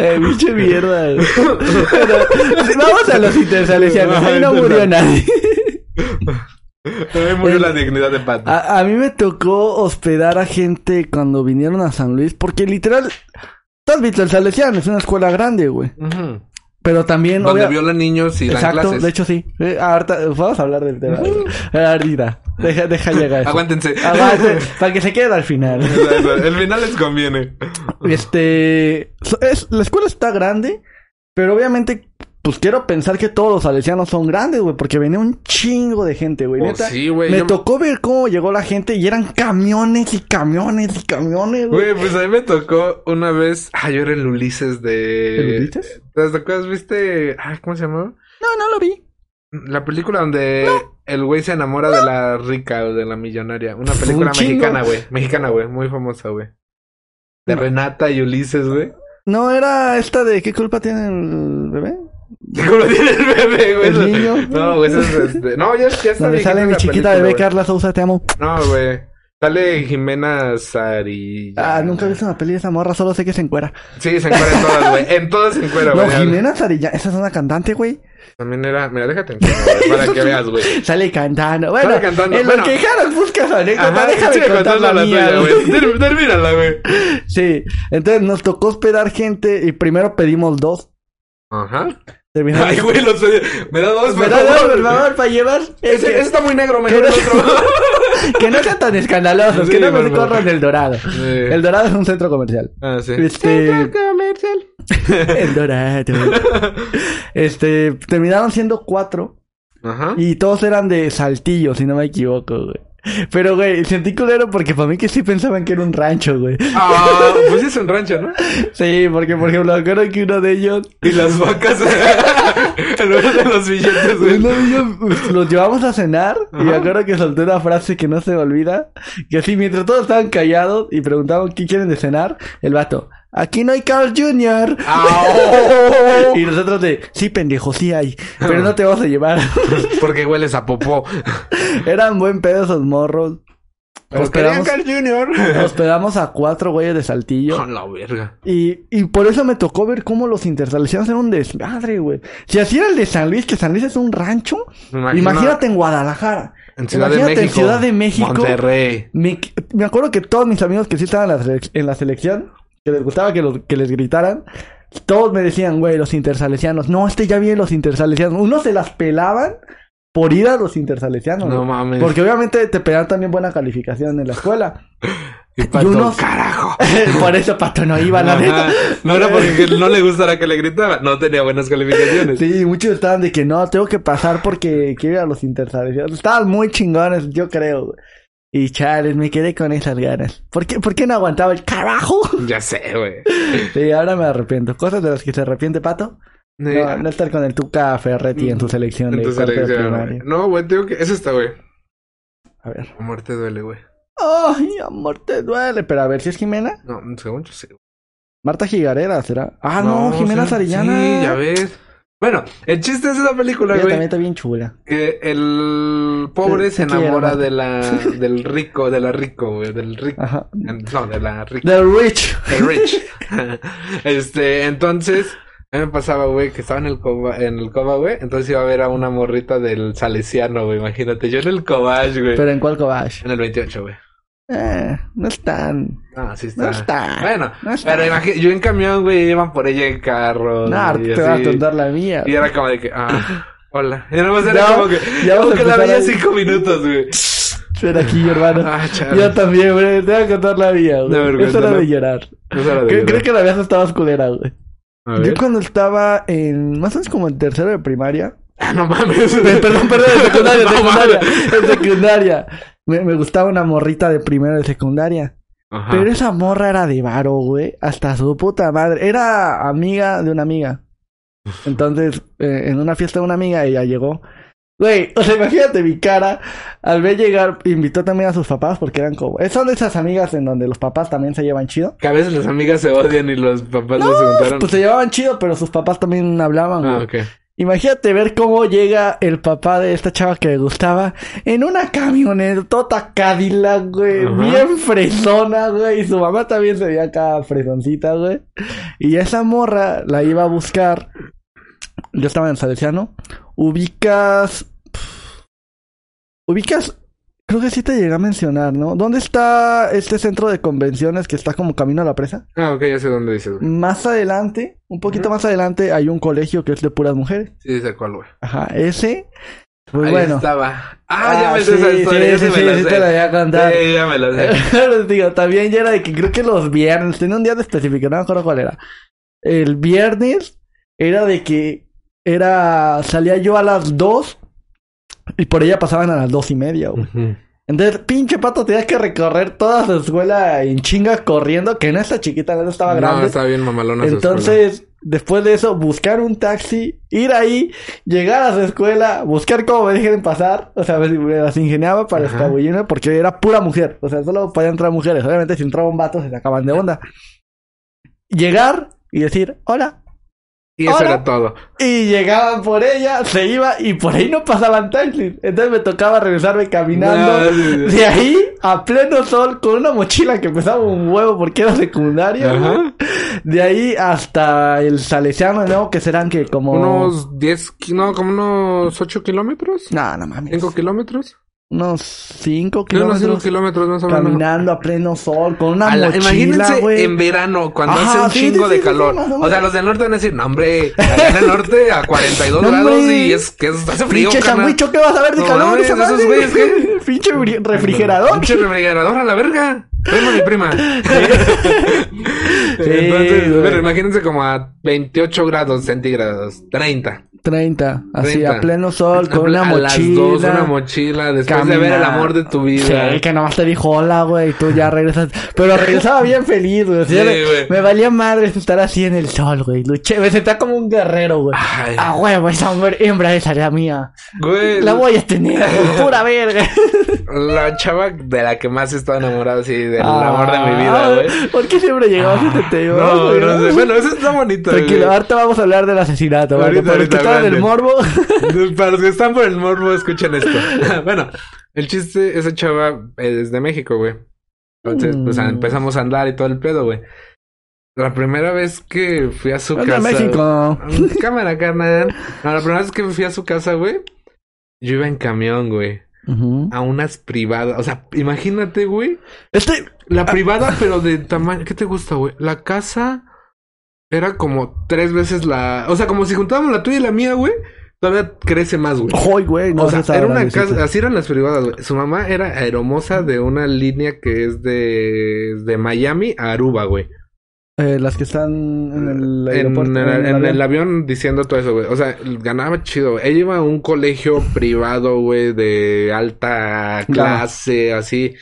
S1: Eh, pinche mierda, güey. Pero, sí, vamos a los intersecciones. Ahí no murió nadie.
S2: Ahí murió la dignidad de Pat.
S1: A, a mí me tocó hospedar a gente cuando vinieron a San Luis, porque literal, tú has visto el Salesiano, es una escuela grande, güey.
S2: Ujú.
S1: Pero también,
S2: Donde
S1: obvia-
S2: violan niños y dan
S1: exacto,
S2: clases.
S1: de hecho sí. Eh, ahorita, vamos a hablar del tema. Eh, Ahorita, deja, deja llegar. eso.
S2: Aguántense.
S1: Aguante, para que se quede al final.
S2: El final les conviene.
S1: Este, so- es, la escuela está grande, pero obviamente, pues quiero pensar que todos los salesianos son grandes, güey, porque venía un chingo de gente, güey.
S2: Oh,
S1: Neta,
S2: sí, güey,
S1: Me
S2: yo-
S1: tocó ver cómo llegó la gente y eran camiones y camiones y camiones, güey.
S2: Güey, pues a mí me tocó una vez. Ah, yo era el Ulises de.
S1: ¿El Ulises?
S2: ¿Te acuerdas? ¿Viste? Ah, ¿cómo se llamaba?
S1: No, no lo vi.
S2: La película donde el güey se enamora de la rica o de la millonaria. Una película
S1: Un chingo.
S2: mexicana, güey. Mexicana, güey. Muy famosa, güey. De Renata y Ulises, güey.
S1: No, era esta de ¿qué culpa tiene el bebé?
S2: ¿Cómo tiene el bebé, güey?
S1: El niño.
S2: No, güey, eso es este. No, ya, ya está
S1: Donde
S2: viejita
S1: sale mi
S2: esa
S1: chiquita
S2: película,
S1: bebé
S2: güey.
S1: Carla Sousa, te amo.
S2: No, güey. Sale Jimena Sari.
S1: Ah, nunca he visto una peli de esa morra, solo sé que se encuera.
S2: Sí, se encuentra en todas, güey. En todas se encuentra,
S1: no,
S2: güey.
S1: Jimena Sarilla, esa es una cantante, güey.
S2: También era. Mira, déjate enseñar, güey, para que veas, güey.
S1: Sale cantando. Bueno,
S2: Sale cantando,
S1: en
S2: bueno.
S1: lo que Harold busca su anécdota,
S2: Ajá,
S1: déjame
S2: sigue
S1: contar
S2: contando
S1: la
S2: la
S1: mía,
S2: tuya,
S1: güey.
S2: güey. Ter- Termínala, güey.
S1: Sí, entonces nos tocó hospedar gente y primero pedimos dos.
S2: Ajá.
S1: Terminamos.
S2: Ay, güey, los. Me da dos,
S1: ¿Me
S2: por
S1: da dos,
S2: favor.
S1: por favor, para llevar?
S2: Ese, ese
S1: que,
S2: está muy negro, mejor el otro.
S1: que no sean tan escandalosos,
S2: Sí,
S1: que no
S2: por
S1: nos
S2: favor.
S1: corran el dorado. El
S2: Sí.
S1: dorado es un centro comercial.
S2: Ah, sí.
S1: Este,
S2: comercial.
S1: el dorado. Este, terminaron siendo cuatro.
S2: Ajá.
S1: Y todos eran de Saltillo, si no me equivoco, güey. Pero, güey, sentí culero porque para mí que sí pensaban que era un rancho, güey.
S2: Ah, pues es un rancho, ¿no?
S1: Sí, porque, por ejemplo, creo que uno de ellos...
S2: Y las vacas. En lugar de los billetes, güey.
S1: Uno de ellos pues, los llevamos a cenar y me
S2: Ajá.
S1: acuerdo que solté una frase que no se me olvida. Que así, mientras todos estaban callados y preguntaban qué quieren de cenar, el vato, aquí no hay Carl Jr.
S2: Ah,
S1: Y nosotros de, sí, pendejo, sí hay, pero no te vas a llevar.
S2: pues, Porque hueles a popó.
S1: Eran buen pedo esos morros.
S2: Pero querían
S1: Hospedamos,
S2: Carl Jr.
S1: hospedamos a cuatro güeyes de Saltillo.
S2: Con la verga.
S1: Y, y por eso me tocó ver cómo los intersalesianos eran un desmadre, güey. Si así era el de San Luis, que San Luis es un rancho,
S2: Me imagino-
S1: imagínate en Guadalajara.
S2: En Ciudad
S1: imagínate
S2: de México.
S1: en Ciudad de México.
S2: Monterrey.
S1: Me, me acuerdo que todos mis amigos que sí estaban en la, selec- en la selección, que les gustaba que, los, que les gritaran, todos me decían, güey, los intersalesianos. No, este ya viene los intersalesianos. Unos se las pelaban por ir a los intersalesianos.
S2: No
S1: güey.
S2: mames.
S1: Porque obviamente te pedían también buena calificación en la escuela.
S2: Y Pato,
S1: unos-
S2: carajo.
S1: por eso Pato no iba, la
S2: Ajá.
S1: neta.
S2: No era porque no le gustara que le gritaba. No tenía buenas calificaciones.
S1: Sí, muchos estaban de que no, tengo que pasar porque quiero ir a los intersalesianos. Estaban muy chingones, yo creo. güey. Y chales, me quedé con esas ganas. ¿Por qué, por qué no aguantaba el carajo?
S2: Ya sé, güey.
S1: Sí, ahora me arrepiento. Cosas de las que se arrepiente, Pato. No, no estar con el Tuca Ferretti Mm. en tu selección de
S2: Entonces,
S1: cuarto de
S2: Alex, ya, güey.
S1: primaria.
S2: No, güey, tengo que. Es esta, güey.
S1: A ver.
S2: La muerte duele, güey.
S1: Ay, amor, te duele. Pero a ver si es Jimena.
S2: No, según yo sí. güey.
S1: Marta Gigarera será. Ah, no, Jimena
S2: sí,
S1: Sarillana.
S2: Sí, ya ves. Bueno, el chiste es esa película,
S1: Ella también
S2: güey.
S1: está bien chula.
S2: Que el pobre
S1: Sí,
S2: se
S1: sí quiero,
S2: enamora
S1: Marta. Ah.
S2: de la, del rico, de la rico, güey. Del rico.
S1: Ajá.
S2: No, de la rica.
S1: The Rich.
S2: El Rich. este, entonces, a mí me pasaba, güey, que estaba en el coba, en el coba, güey. Entonces iba a ver a una morrita del salesiano, güey, imagínate. Yo en el cobach, güey.
S1: Pero en cuál cobash.
S2: En el 28, güey.
S1: Eh, no es tan.
S2: Ah, sí está.
S1: No está.
S2: Bueno,
S1: No está.
S2: pero imagi- yo en camión, güey, iban por ella en carro.
S1: No,
S2: y
S1: te voy a
S2: así.
S1: contar la mía.
S2: Y era como de que, ah, hola. Y nada más era
S1: Ya-
S2: como que,
S1: ya vamos
S2: como
S1: a
S2: que la
S1: empezar
S2: veía
S1: ahí.
S2: cinco minutos, güey.
S1: Ven aquí, hermano.
S2: Ah,
S1: Yo
S2: chaval.
S1: también, güey. Te voy a contar la mía,
S2: A ver,
S1: güey. Eso era
S2: cuéntala.
S1: de llorar. Creo, creo que la vieja estaba oscurera, güey.
S2: A
S1: Yo
S2: ver.
S1: cuando estaba en. Más o menos como en tercero de primaria.
S2: Ah, no mames.
S1: Pe- Perdón, perdón, en secundaria, en
S2: No
S1: secundaria.
S2: mames.
S1: En secundaria. Me, me gustaba una morrita de primero de secundaria.
S2: Ajá.
S1: Pero esa morra era de varo, güey. Hasta su puta madre. Era amiga de una amiga. Entonces, eh, en una fiesta de una amiga, ella llegó. Güey, o sea, imagínate mi cara. Al ver llegar, invitó también a sus papás porque eran como. eh, Son de esas amigas en donde los papás también se llevan chido.
S2: Que a veces las amigas se odian y los papás les preguntaron.
S1: Pues se llevaban chido, pero sus papás también hablaban, güey.
S2: Ah, ok.
S1: Imagínate ver cómo llega el papá de esta chava que le gustaba en una camionetota Cadillac, güey.
S2: Ajá.
S1: Bien fresona, güey. Y su mamá también se veía acá fresoncita, güey. Y esa morra la iba a buscar. Yo estaba en Salesiano. Ubicas... pf, Ubicas... Creo que sí te llegué a mencionar, ¿no? ¿Dónde está este centro de convenciones que está como camino a la presa?
S2: Ah, ok, ya sé dónde dices, güey.
S1: Más adelante, un poquito
S2: Ujú.
S1: más adelante, hay un colegio que es de puras mujeres.
S2: Sí, sé cuál, güey.
S1: Ajá, ese. Pues
S2: Ahí
S1: bueno.
S2: estaba. Ah, ya me sé
S1: sí,
S2: esa
S1: sí,
S2: historia. ya
S1: sí,
S2: se
S1: sí,
S2: me la
S1: sí
S2: sé. Eh.
S1: te la voy a contar.
S2: Sí, ya me la sé.
S1: Les digo, también ya era de que creo que los viernes, tenía un día de específico, no me acuerdo cuál era. El viernes era de que era salía yo a las 2 y por ella pasaban a las dos y media, güey.
S2: Ujú.
S1: Entonces, pinche pato, tenías que recorrer toda su escuela en chinga corriendo, que no está chiquita, no estaba grande.
S2: No, estaba bien mamalona su escuela.
S1: Entonces, después de eso, buscar un taxi, ir ahí, llegar a su escuela, buscar cómo me dejen pasar. O sea, me, me las ingeniaba para
S2: Ajá.
S1: escabullirme porque era pura mujer. O sea, solo podían entrar mujeres. Obviamente, si entraba un vato, se sacaban de onda. Llegar y decir, hola.
S2: Y eso
S1: Hola.
S2: era todo.
S1: Y llegaban por ella, se iba y por ahí no pasaban taxis. Entonces me tocaba regresarme caminando.
S2: No, Ah, sí, sí.
S1: De ahí a pleno sol con una mochila que pesaba un huevo porque era secundaria. güey.
S2: Ajá.
S1: De ahí hasta el Salesiano, ¿no? Que serán que como.
S2: Unos 10, ki- no, como unos 8 kilómetros.
S1: No, no mames.
S2: 5 kilómetros.
S1: Unos 5
S2: No, unos 5
S1: kilómetros.
S2: kilómetros más o menos.
S1: caminando a pleno sol con una
S2: A la-
S1: mochila,
S2: imagínense
S1: güey.
S2: en verano, cuando
S1: Ajá,
S2: hace un
S1: sí,
S2: chingo
S1: sí,
S2: de
S1: sí, sí,
S2: calor.
S1: más o menos.
S2: o sea, los del norte van a decir, no, hombre, allá en el norte a 42
S1: No,
S2: grados
S1: hombre.
S2: y es que es- hace frío.
S1: Pinche
S2: carnal.
S1: sandwicho, ¿qué vas a ver de
S2: No
S1: calor?
S2: mames,
S1: esa
S2: esos
S1: madre?
S2: güeyes, ¿qué?
S1: Pinche bri- refrigerador.
S2: Pinche refrigerador a la verga. Primo mi prima. Entonces,
S1: güey.
S2: pero imagínense como a 28 grados centígrados, 30.
S1: 30, así
S2: 30.
S1: a pleno sol con una
S2: a
S1: mochila.
S2: las dos, una mochila, después de ver el
S1: caminar.
S2: amor de tu vida.
S1: Sí, que nomás te dijo hola, güey, y tú ya regresas. Pero regresaba bien feliz, güey.
S2: Sí,
S1: así de-
S2: güey.
S1: me valía madre estar así en el sol, güey. Luché, me sentía como un guerrero, güey.
S2: Ay,
S1: Ah, huevo, esa hombre, hembra esa era mía.
S2: güey,
S1: La voy a tener, pura verga.
S2: la chava de la que más he estado enamorado, así, del
S1: Ah,
S2: amor de mi vida, güey. Ah,
S1: ¿Por qué siempre llegamos a este tema?
S2: No,
S1: güey?
S2: no sé. Bueno, eso está bonito.
S1: Tranquilo,
S2: güey.
S1: ahorita vamos a hablar del asesinato, ¿vale?
S2: Ahorita,
S1: Para los
S2: ahorita,
S1: que estaban en el morbo.
S2: Para los que están por el morbo, escuchen esto. bueno, el chiste, esa chava eh, es de México, güey. Entonces, pues
S1: Mm.
S2: empezamos a andar y todo el pedo, güey. La primera vez que fui a su
S1: Bueno,
S2: casa.
S1: en México.
S2: Mm, Cámara, carnal. No, la primera vez que fui a su casa, güey. Yo iba en camión, güey.
S1: Ujú.
S2: A unas privadas. O sea, imagínate, güey.
S1: Este,
S2: La privada, pero de tamaño. ¿Qué te gusta, güey? La casa era como tres veces la. O sea, como si juntábamos la tuya y la mía, güey. todavía crece más, güey.
S1: ¡Ay, güey! No
S2: o sea,
S1: se sabe
S2: era
S1: la
S2: una
S1: visita.
S2: casa, así eran las privadas, güey. Su mamá era aeromoza de una línea que es de, de Miami a Aruba, güey.
S1: Eh, las que están en el
S2: En,
S1: aeropuerto.
S2: el-
S1: en el
S2: en
S1: avión.
S2: el avión diciendo todo eso, güey. O sea, ganaba chido. güey. Ella iba a un colegio privado, güey, de alta clase, así.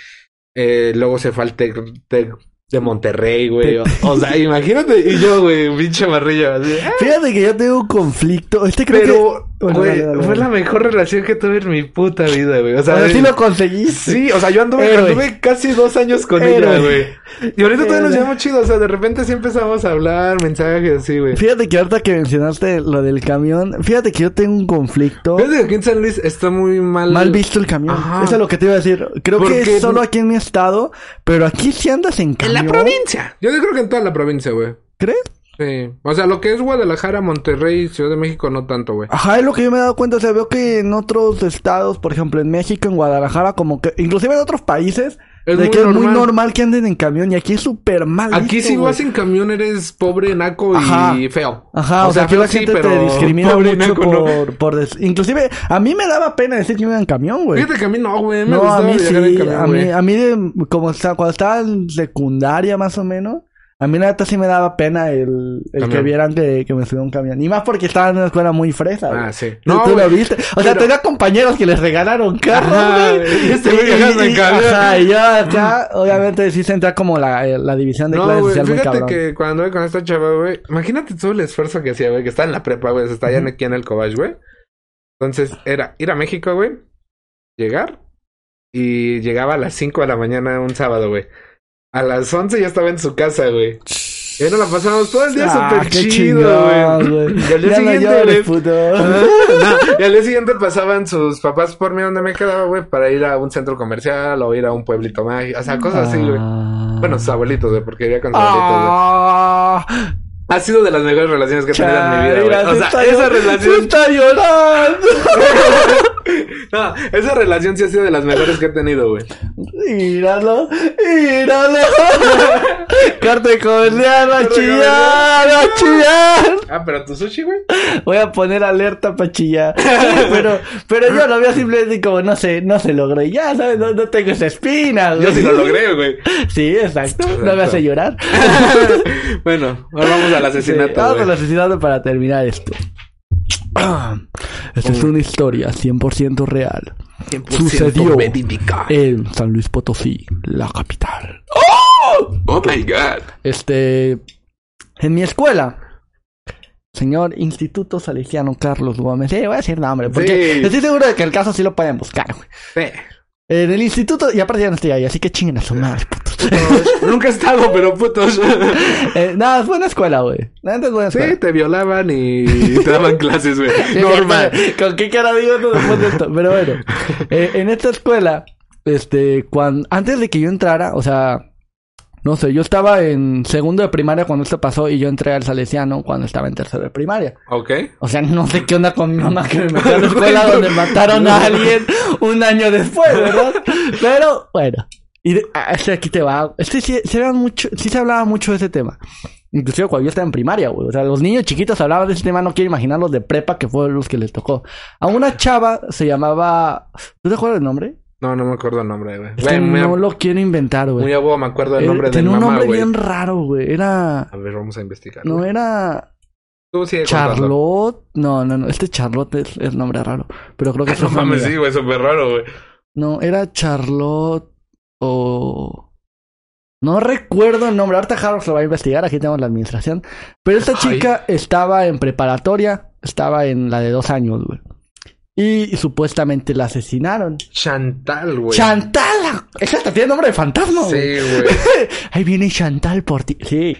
S2: Eh, luego se fue al Tec Tec de Monterrey, güey. O, o sea, imagínate. Y yo, güey, un pinche marrillo. Así, "Ah,
S1: Fíjate que yo tengo un conflicto. Este creo que...
S2: Pero,
S1: Bueno,
S2: Ah, güey,
S1: dale, dale,
S2: fue
S1: dale.
S2: la mejor relación que tuve en mi puta vida, güey. O sea,
S1: Pero sí
S2: güey,
S1: lo conseguiste.
S2: Sí, o sea, yo anduve,
S1: Héroe.
S2: anduve casi dos años con
S1: Héroe.
S2: ella, güey. Y ahorita todavía nos
S1: Héroe.
S2: llevamos chido, o sea, de repente sí empezamos a hablar, mensajes así, güey.
S1: Fíjate que ahorita que mencionaste lo del camión, fíjate que yo tengo un conflicto.
S2: Fíjate que aquí en San Luis está muy mal.
S1: Mal visto el camión.
S2: Ajá.
S1: Eso es lo que te iba a decir. Creo que
S2: Porque-
S1: es solo aquí en mi estado, pero aquí sí andas en
S2: En
S1: camión.
S2: la provincia. Yo creo que en toda la provincia, güey.
S1: ¿Crees?
S2: Sí. O sea, lo que es Guadalajara, Monterrey, Ciudad de México, no tanto, güey.
S1: Ajá, es lo que yo me he dado cuenta. O sea, veo que en otros estados, por ejemplo, en México, en Guadalajara, como que... Inclusive en otros países,
S2: Es
S1: de
S2: muy
S1: que es muy
S2: normal.
S1: normal que anden en camión. Y aquí es súper mal
S2: Aquí
S1: Ah, visto,
S2: si
S1: güey.
S2: vas en camión eres pobre, naco
S1: Ajá.
S2: y feo.
S1: Ajá, o, sea, que
S2: feo
S1: la
S2: sí,
S1: gente te
S2: pero
S1: discrimina
S2: pobre y
S1: mucho
S2: naco, ¿no?
S1: por... por des- Inclusive, a mí me daba pena decir que iba en camión, güey.
S2: Fíjate que a mí no, güey. Me
S1: No, a
S2: gustaba
S1: mí sí,
S2: viajar en camión,
S1: a mí,
S2: güey.
S1: a mí de- como está, cuando estaba en secundaria más o menos, a mí la neta sí me daba pena el, el que
S2: Camión.
S1: vieran que, que me subía un camión. Y más porque estaba en una escuela muy fresa. güey.
S2: Ah, sí.
S1: No,
S2: No,
S1: tú lo
S2: güey.
S1: viste. O sea,
S2: pero-
S1: tenía compañeros que les regalaron
S2: Ajá,
S1: carros, güey.
S2: y este
S1: Y-
S2: güey
S1: y-
S2: viajando en
S1: y-
S2: camión.
S1: Ajá, y yo acá, obviamente sí sentía como la, eh, la división de clase
S2: No, güey,
S1: social muy
S2: fíjate
S1: cabrón.
S2: que cuando anduve con esta chava, güey, imagínate todo el esfuerzo que hacía, güey, que está en la prepa, güey, se está allá en- aquí en el Cobach, güey. Entonces, era ir a México, güey, llegar, y llegaba a las 5 de la mañana un sábado, güey. A las 11 ya estaba en su casa, güey. Y ahí nos la pasamos todo el día
S1: Ah,
S2: súper chido,
S1: qué chingón,
S2: güey. Y al día
S1: Ya no
S2: siguiente,
S1: llores,
S2: güey,
S1: puto.
S2: Ah, no, Y al día siguiente pasaban sus papás por mí donde me quedaba, güey, para ir a un centro comercial o ir a un pueblito mágico, o sea, cosas así, güey. Bueno, sus abuelitos, güey, porque vivía con sus abuelitos, güey.
S1: Ah,
S2: Ha sido de las mejores relaciones que he tenido en mi vida, güey.
S1: Mira,
S2: O
S1: se
S2: sea,
S1: está
S2: esa
S1: llor- se
S2: relación...
S1: está llorando.
S2: No, esa relación sí ha sido de las mejores que he tenido, güey.
S1: Míralo, míralo. Corte comercial, a
S2: Corte
S1: chillar, a chillar.
S2: Ah, pero tu sushi, güey.
S1: Voy a poner alerta para chillar. Pero, pero yo lo veo simplemente como no sé, no se logró. Y ya, ¿sabes? No, no tengo esa espina.
S2: Yo
S1: güey.
S2: sí lo logré, güey.
S1: Sí, exacto. No me hace llorar.
S2: bueno, ahora vamos al
S1: Sí,
S2: asesinato,
S1: vamos al
S2: güey.
S1: asesinato para terminar esto. Esta es una historia 100% real.
S2: 100%
S1: Sucedió.
S2: verídica.
S1: En San Luis Potosí, la capital.
S2: Oh, my God.
S1: Este. En mi escuela. Señor Instituto Salesiano Carlos Gómez. Sí, voy a decir nombre. Porque
S2: Sí.
S1: estoy seguro de que el caso sí lo pueden buscar, güey.
S2: Sí.
S1: En el instituto, y aparte ya no estoy ahí, así que chinguen a su madre, putos.
S2: Nunca he estado, pero putos.
S1: Eh, nada, es buena escuela, güey. La neta es buena escuela.
S2: sí, te violaban y te daban clases, güey.
S1: Sí,
S2: Normal.
S1: sí, ¿Con qué cara digo esto después de esto? Pero bueno, eh, en esta escuela, este, cuando, antes de que yo entrara, o sea, no sé, yo estaba en segundo de primaria cuando esto pasó y yo entré al Salesiano cuando estaba en tercero de primaria.
S2: Ok.
S1: O sea, no sé qué onda con mi mamá que me metió a la escuela donde mataron a alguien un año después, ¿verdad? Pero, bueno. Y de- ah, este aquí te va. Este sí, se hablaba mucho, sí se hablaba mucho de ese tema. Inclusive cuando yo estaba en primaria, güey. O sea, los niños chiquitos hablaban de ese tema. No quiero imaginar los de prepa que fueron los que les tocó. A una chava se llamaba... ¿Tú te acuerdas del nombre?
S2: No, no me acuerdo el nombre, güey.
S1: Es
S2: Güey,
S1: que
S2: muy,
S1: no lo quiero inventar,
S2: muy
S1: güey.
S2: abuelo me acuerdo el
S1: Era-
S2: nombre de mi
S1: Tenía un
S2: mamá,
S1: nombre
S2: güey.
S1: bien raro, güey. Era...
S2: A ver, vamos a investigar.
S1: No
S2: güey.
S1: era...
S2: Tú sigue contando.
S1: Charlotte. No, no, no. Este Charlotte es, es nombre raro. Pero creo que es
S2: No
S1: una
S2: mames,
S1: amiga.
S2: sí, güey, súper raro, güey.
S1: No, era Charlotte o... No recuerdo el nombre. Ahorita Harold lo va a investigar. Aquí tenemos la administración. Pero esta
S2: Ay.
S1: chica estaba en preparatoria. Estaba en la de dos años, güey. Y supuestamente la asesinaron.
S2: Chantal, güey.
S1: ¡Chantal! Esa hasta tiene nombre de fantasma, güey.
S2: Sí, güey.
S1: Ahí viene Chantal por ti. Sí.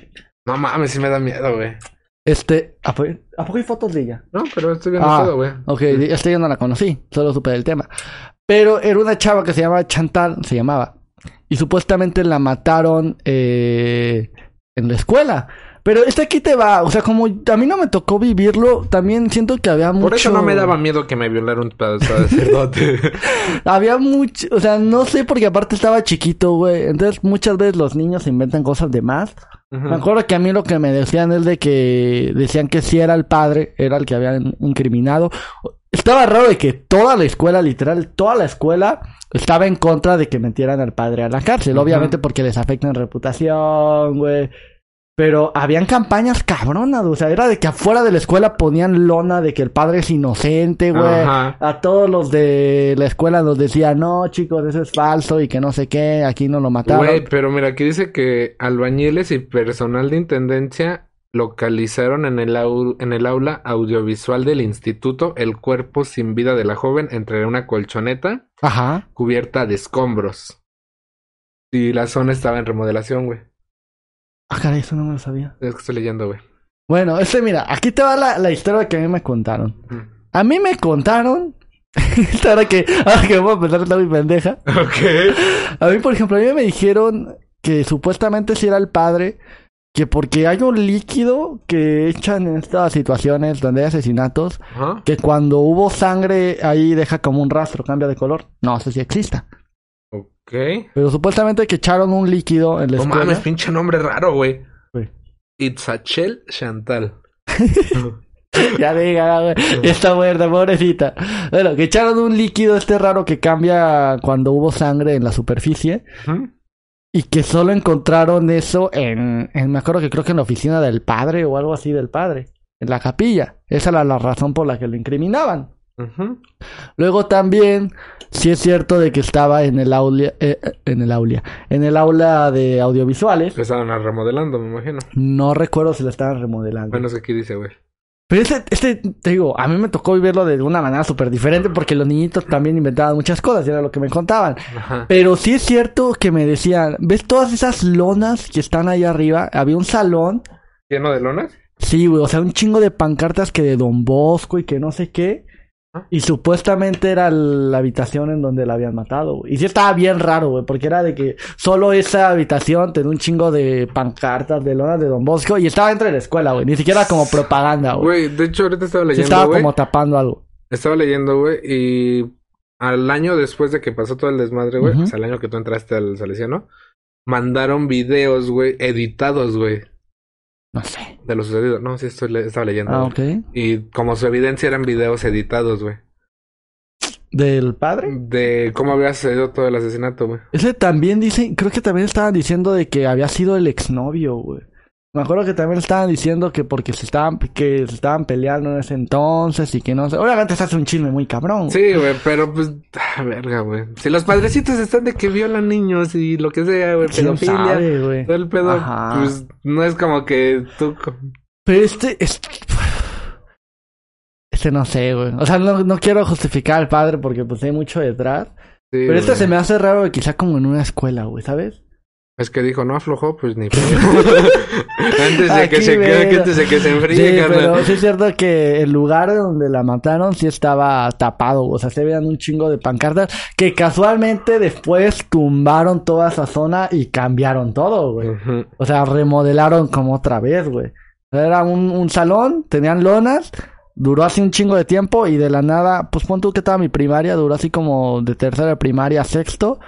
S2: No mames, sí me da miedo, güey.
S1: Este... ¿A po- ¿a poco hay fotos de ella?
S2: No, pero estoy viendo
S1: Ah.
S2: todo, güey.
S1: Ok, esta yo no la conocí, solo supe del tema. Pero era una chava que se llamaba Chantal, se llamaba. Y supuestamente la mataron eh, en la escuela. Pero este aquí te va, o sea, como a mí no me tocó vivirlo, también siento que había mucho...
S2: Por eso no me daba miedo que me violara un pedazo de sacerdote.
S1: Había mucho, o sea, no sé porque aparte estaba chiquito, güey. Entonces muchas veces los niños se inventan cosas de más.
S2: Ujú.
S1: Me acuerdo que a mí lo que me decían es de que decían que si era el padre, era el que habían incriminado. Estaba raro de que toda la escuela, literal, toda la escuela estaba en contra de que metieran al padre a la cárcel.
S2: Ujú.
S1: Obviamente porque les afecta en reputación, güey. Pero habían campañas cabronas, o sea, era de que afuera de la escuela ponían lona de que el padre es inocente, güey.
S2: Ajá.
S1: A todos los de la escuela nos decían, no, chicos, eso es falso y que no sé qué, aquí no lo mataron.
S2: Güey, pero mira, aquí dice que albañiles y personal de intendencia localizaron en el, au- en el aula audiovisual del instituto el cuerpo sin vida de la joven entre una colchoneta
S1: Ajá.
S2: cubierta de escombros. Y la zona estaba en remodelación, güey.
S1: Ah, caray, eso no me lo sabía.
S2: Es que estoy leyendo, güey.
S1: Bueno, este, mira, aquí te va la, la historia que a mí me contaron. A mí me contaron. ahora que, ahora que voy a empezar a estar mi pendeja.
S2: Ok.
S1: A mí, por ejemplo, a mí me dijeron que supuestamente si era el padre, que porque hay un líquido que echan en estas situaciones donde hay asesinatos,
S2: Ajá.
S1: que cuando hubo sangre ahí deja como un rastro, cambia de color. No sé si exista.
S2: Ok.
S1: Pero supuestamente que echaron un líquido en la
S2: No
S1: escuela.
S2: mames, pinche nombre raro, güey.
S1: Güey.
S2: Itzachel Chantal.
S1: Ya diga, güey. Esta muerta, pobrecita. Bueno, que echaron un líquido este raro que cambia cuando hubo sangre en la superficie.
S2: Ujú.
S1: Y que solo encontraron eso en, en- me acuerdo que creo que en la oficina del padre o algo así del padre. En la capilla. Esa era la razón por la que lo incriminaban.
S2: Ujú.
S1: Luego también, sí es cierto de que estaba en el aula, eh, eh, en el aula, en el aula de audiovisuales.
S2: Lo estaban remodelando, me imagino.
S1: No recuerdo si la estaban remodelando.
S2: Bueno, es que aquí dice, güey.
S1: Pero este, este, te digo, a mí me tocó vivirlo de una manera súper diferente porque los niñitos también inventaban muchas cosas y era lo que me contaban.
S2: Ajá.
S1: Pero sí es cierto que me decían, ¿ves todas esas lonas que están ahí arriba? Había un salón,
S2: ¿Lleno de lonas?
S1: sí, güey, o sea, un chingo de pancartas que de Don Bosco y que no sé qué.
S2: Ah.
S1: Y supuestamente era la habitación en donde la habían matado, güey. Y sí estaba bien raro, güey, porque era de que solo esa habitación tenía un chingo de pancartas, de lonas de Don Bosco y estaba dentro de la escuela, güey. Ni siquiera como propaganda, Ah, güey.
S2: Güey, de hecho ahorita estaba
S1: Sí
S2: leyendo,
S1: estaba
S2: güey.
S1: como tapando algo.
S2: Estaba leyendo, güey, y al año después de que pasó todo el desmadre, güey,
S1: Ujú.
S2: o sea, el año que tú entraste al Salesiano, mandaron videos, güey, editados, güey,
S1: No sé.
S2: de lo sucedido. No, sí, estoy le- estaba leyendo.
S1: Ah,
S2: güey.
S1: ok.
S2: Y como su evidencia eran videos editados, güey,
S1: ¿Del padre?
S2: de cómo había sucedido todo el asesinato, güey.
S1: Ese también dicen, creo que también estaban diciendo de que había sido el exnovio, güey. Me acuerdo que también estaban diciendo que porque se estaban, que se estaban peleando en ese entonces y que no sé. Obviamente se hace un chisme muy cabrón. güey.
S2: Sí, güey, pero pues, ah, verga, güey. Si los padrecitos están de que violan niños y lo que sea, güey,
S1: ¿Quién
S2: pedofilia,
S1: sabe, güey?
S2: todo el pedo,
S1: Ajá.
S2: pues no es como que tú... co-
S1: Pero este, este, este no sé, güey. O sea, no, no quiero justificar al padre porque pues hay mucho detrás.
S2: Sí,
S1: Pero este
S2: güey.
S1: se me hace raro, güey, quizá como en una escuela, güey, ¿sabes?
S2: Es que dijo, no aflojó, pues ni pedo. antes de
S1: Aquí
S2: que se quede,
S1: veo.
S2: antes de que se enfríe,
S1: Sí,
S2: carnal.
S1: pero sí es cierto que el lugar donde la mataron sí estaba tapado, o sea, se veían un chingo de pancartas que casualmente después tumbaron toda esa zona y cambiaron todo, güey.
S2: Ujú.
S1: O sea, remodelaron como otra vez, güey. Era un, un salón, tenían lonas, duró así un chingo de tiempo y de la nada, pues pon tú que estaba mi primaria, duró así como de tercera de primaria a sexto.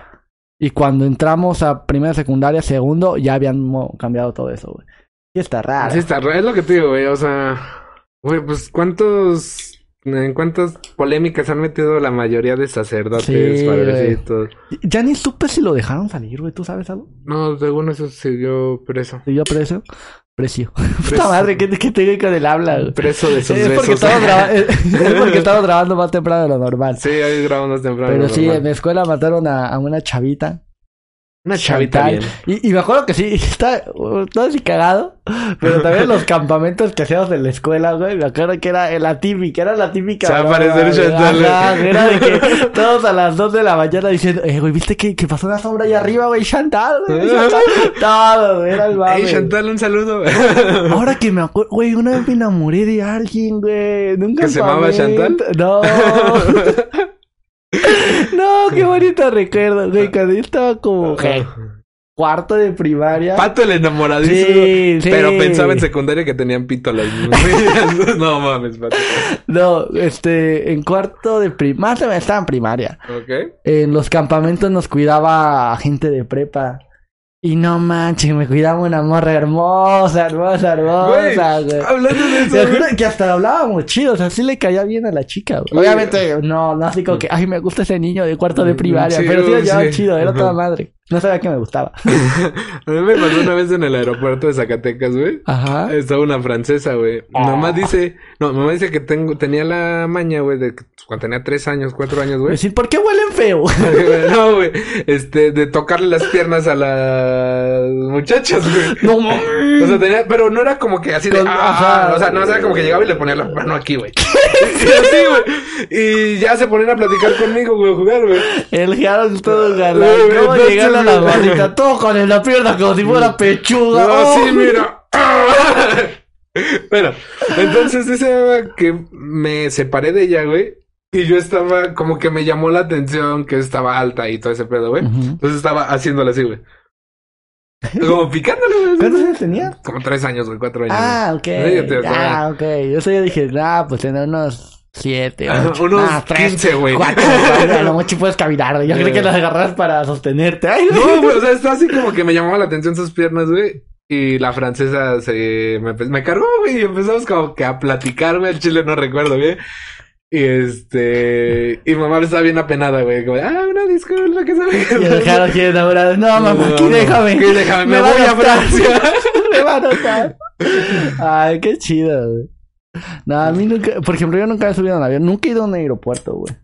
S1: Y cuando entramos a primera secundaria, segundo, ya habían mo- cambiado todo eso, güey. Y está raro.
S2: Así está, raro, es lo que te digo, güey. O sea, güey, pues cuántos. En cuántas polémicas han metido la mayoría de sacerdotes,
S1: Sí,
S2: padrecitos.
S1: Ya ni supe si lo dejaron salir, güey. ¿Tú sabes algo?
S2: No, según eso siguió preso.
S1: Si yo preso. Precio.
S2: Preso.
S1: Puta madre, ¿qué, qué te digo con el habla, güey?
S2: Preso de
S1: Es
S2: sus
S1: porque,
S2: besos.
S1: estaba graba- es es porque estaba grabando más temprano de lo normal.
S2: Sí, ahí grabamos temprano.
S1: Pero
S2: normal.
S1: sí, en mi escuela mataron a, a una chavita.
S2: Una chavita
S1: Chantal.
S2: bien.
S1: Y, y me acuerdo que sí, está todo así cagado. Pero también los campamentos que hacíamos en la escuela, güey. Me acuerdo que era eh, la típica, era la típica.
S2: Se va a
S1: broma,
S2: aparecer
S1: güey.
S2: Chantal.
S1: Ajá, güey, Era de que todos a las 2 de la mañana diciendo, eh, güey, ¿viste que, que pasó una sombra allá arriba, güey? Chantal, güey. Chantal. Todo, güey, era el
S2: Ey,
S1: mame.
S2: Chantal, un saludo.
S1: Ahora que me acuerdo, güey, una vez me enamoré de alguien, güey. Nunca
S2: ¿Que se llamaba Chantal?
S1: No. no, qué bonito recuerdo, güey. Cuando yo estaba como ¿qué? cuarto de primaria.
S2: Pato el enamoradísimo.
S1: Sí, sí.
S2: Pero pensaba en secundaria que tenían pito las niñas. no mames, Pato.
S1: No, este, en cuarto de primaria, estaba en primaria.
S2: ¿Ok?
S1: En los campamentos nos cuidaba gente de prepa. Y no manches, me cuidaba una morra hermosa, hermosa, hermosa, güey.
S2: Hablando de
S1: Te
S2: eso,
S1: juro
S2: güey.
S1: que hasta hablábamos chido, o sea, sí le caía bien a la chica, güey.
S2: Güey.
S1: Obviamente, no, no así como que, ay, me gusta ese niño de cuarto de
S2: Mm,
S1: primaria,
S2: sí,
S1: pero sí lo llevaba
S2: sí.
S1: chido, era
S2: Ajá.
S1: toda madre. No sabía que me gustaba.
S2: A mí me pasó una vez en el aeropuerto de Zacatecas, güey.
S1: Ajá.
S2: Estaba una francesa, güey.
S1: Ah.
S2: Mamá dice, no, mamá dice que tengo, tenía la maña, güey, de que cuando tenía tres años, cuatro años, güey.
S1: Decir, ¿por qué huelen feo?
S2: no, güey. Este, de tocarle las piernas a las muchachas, güey.
S1: no mames.
S2: O sea, tenía, pero no era como que así de,
S1: Con-
S2: ah,
S1: Mm. ajá.
S2: o sea, no, o sea, como que llegaba y le ponía la mano aquí, güey. Sí, así, güey. Y ya se ponían a platicar conmigo, güey, a jugar, güey.
S1: El Harold todo galán.
S2: Güey,
S1: ¿Cómo
S2: entonces,
S1: llegaron a la
S2: güey.
S1: barrita? Todo con la pierna como si fuera pechuga.
S2: No, "Ah,
S1: ¡Oh!
S2: sí, mira. bueno, entonces dice mamá que me separé de ella, güey. Y yo estaba, como que me llamó la atención que estaba alta y todo ese pedo, güey.
S1: Ujú.
S2: Entonces estaba haciéndole así, güey. Como picándole, güey.
S1: ¿Cuántos años tenía?
S2: Como tres años, güey, cuatro años.
S1: Ah, ok.
S2: Sí, te-
S1: ah, ok. Yo sé, yo dije, ah, pues tendrá unos siete,
S2: Ah,
S1: ocho,
S2: unos
S1: ah, tres,
S2: 15, güey.
S1: Cuatro, güey, a lo mucho puedes caminar. Yo creo que las agarras para sostenerte. Ay,
S2: No, güey, o sea, está así como que me llamaba la atención sus piernas, güey. Y la francesa se me, empe- me cargó, güey, y empezamos como que a platicar, güey. El chile no recuerdo bien. Y este. Y mamá estaba bien apenada, güey. Como, ah, una disculpa, que
S1: Y
S2: sabe.
S1: el Harold quiere enamorar. No, mamá, aquí
S2: No, no,
S1: déjame.
S2: aquí déjame, me voy a
S1: matar.
S2: Francia.
S1: me va a notar. Ay, qué chido, güey. No, a mí nunca, por ejemplo, yo nunca he subido a un avión. Nunca he ido a un aeropuerto, güey.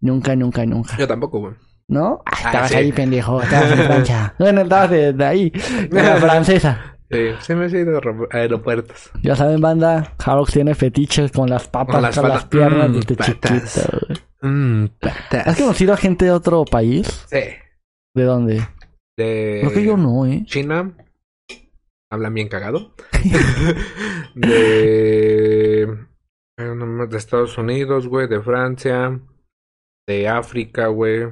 S1: Nunca, nunca, nunca.
S2: Yo tampoco, güey.
S1: ¿No? Ah,
S2: Ah,
S1: estabas
S2: sí.
S1: ahí, pendejo. Estabas en Francia. Bueno, estabas de, de ahí. de la francesa.
S2: Sí, se me ha ido a ro- a aeropuertos.
S1: Ya saben, banda. Harox tiene fetiches con las papas, con
S2: Con
S1: las,
S2: las patas.
S1: piernas
S2: Mm,
S1: desde
S2: patas.
S1: chiquito. güey.
S2: Mmm,
S1: ¿Has
S2: patas.
S1: conocido a gente de otro país?
S2: Sí.
S1: ¿De dónde?
S2: De.
S1: Creo que yo no, ¿eh?
S2: China. Hablan bien cagado. de. eh, no mames, De Estados Unidos, güey. De Francia. De África, güey.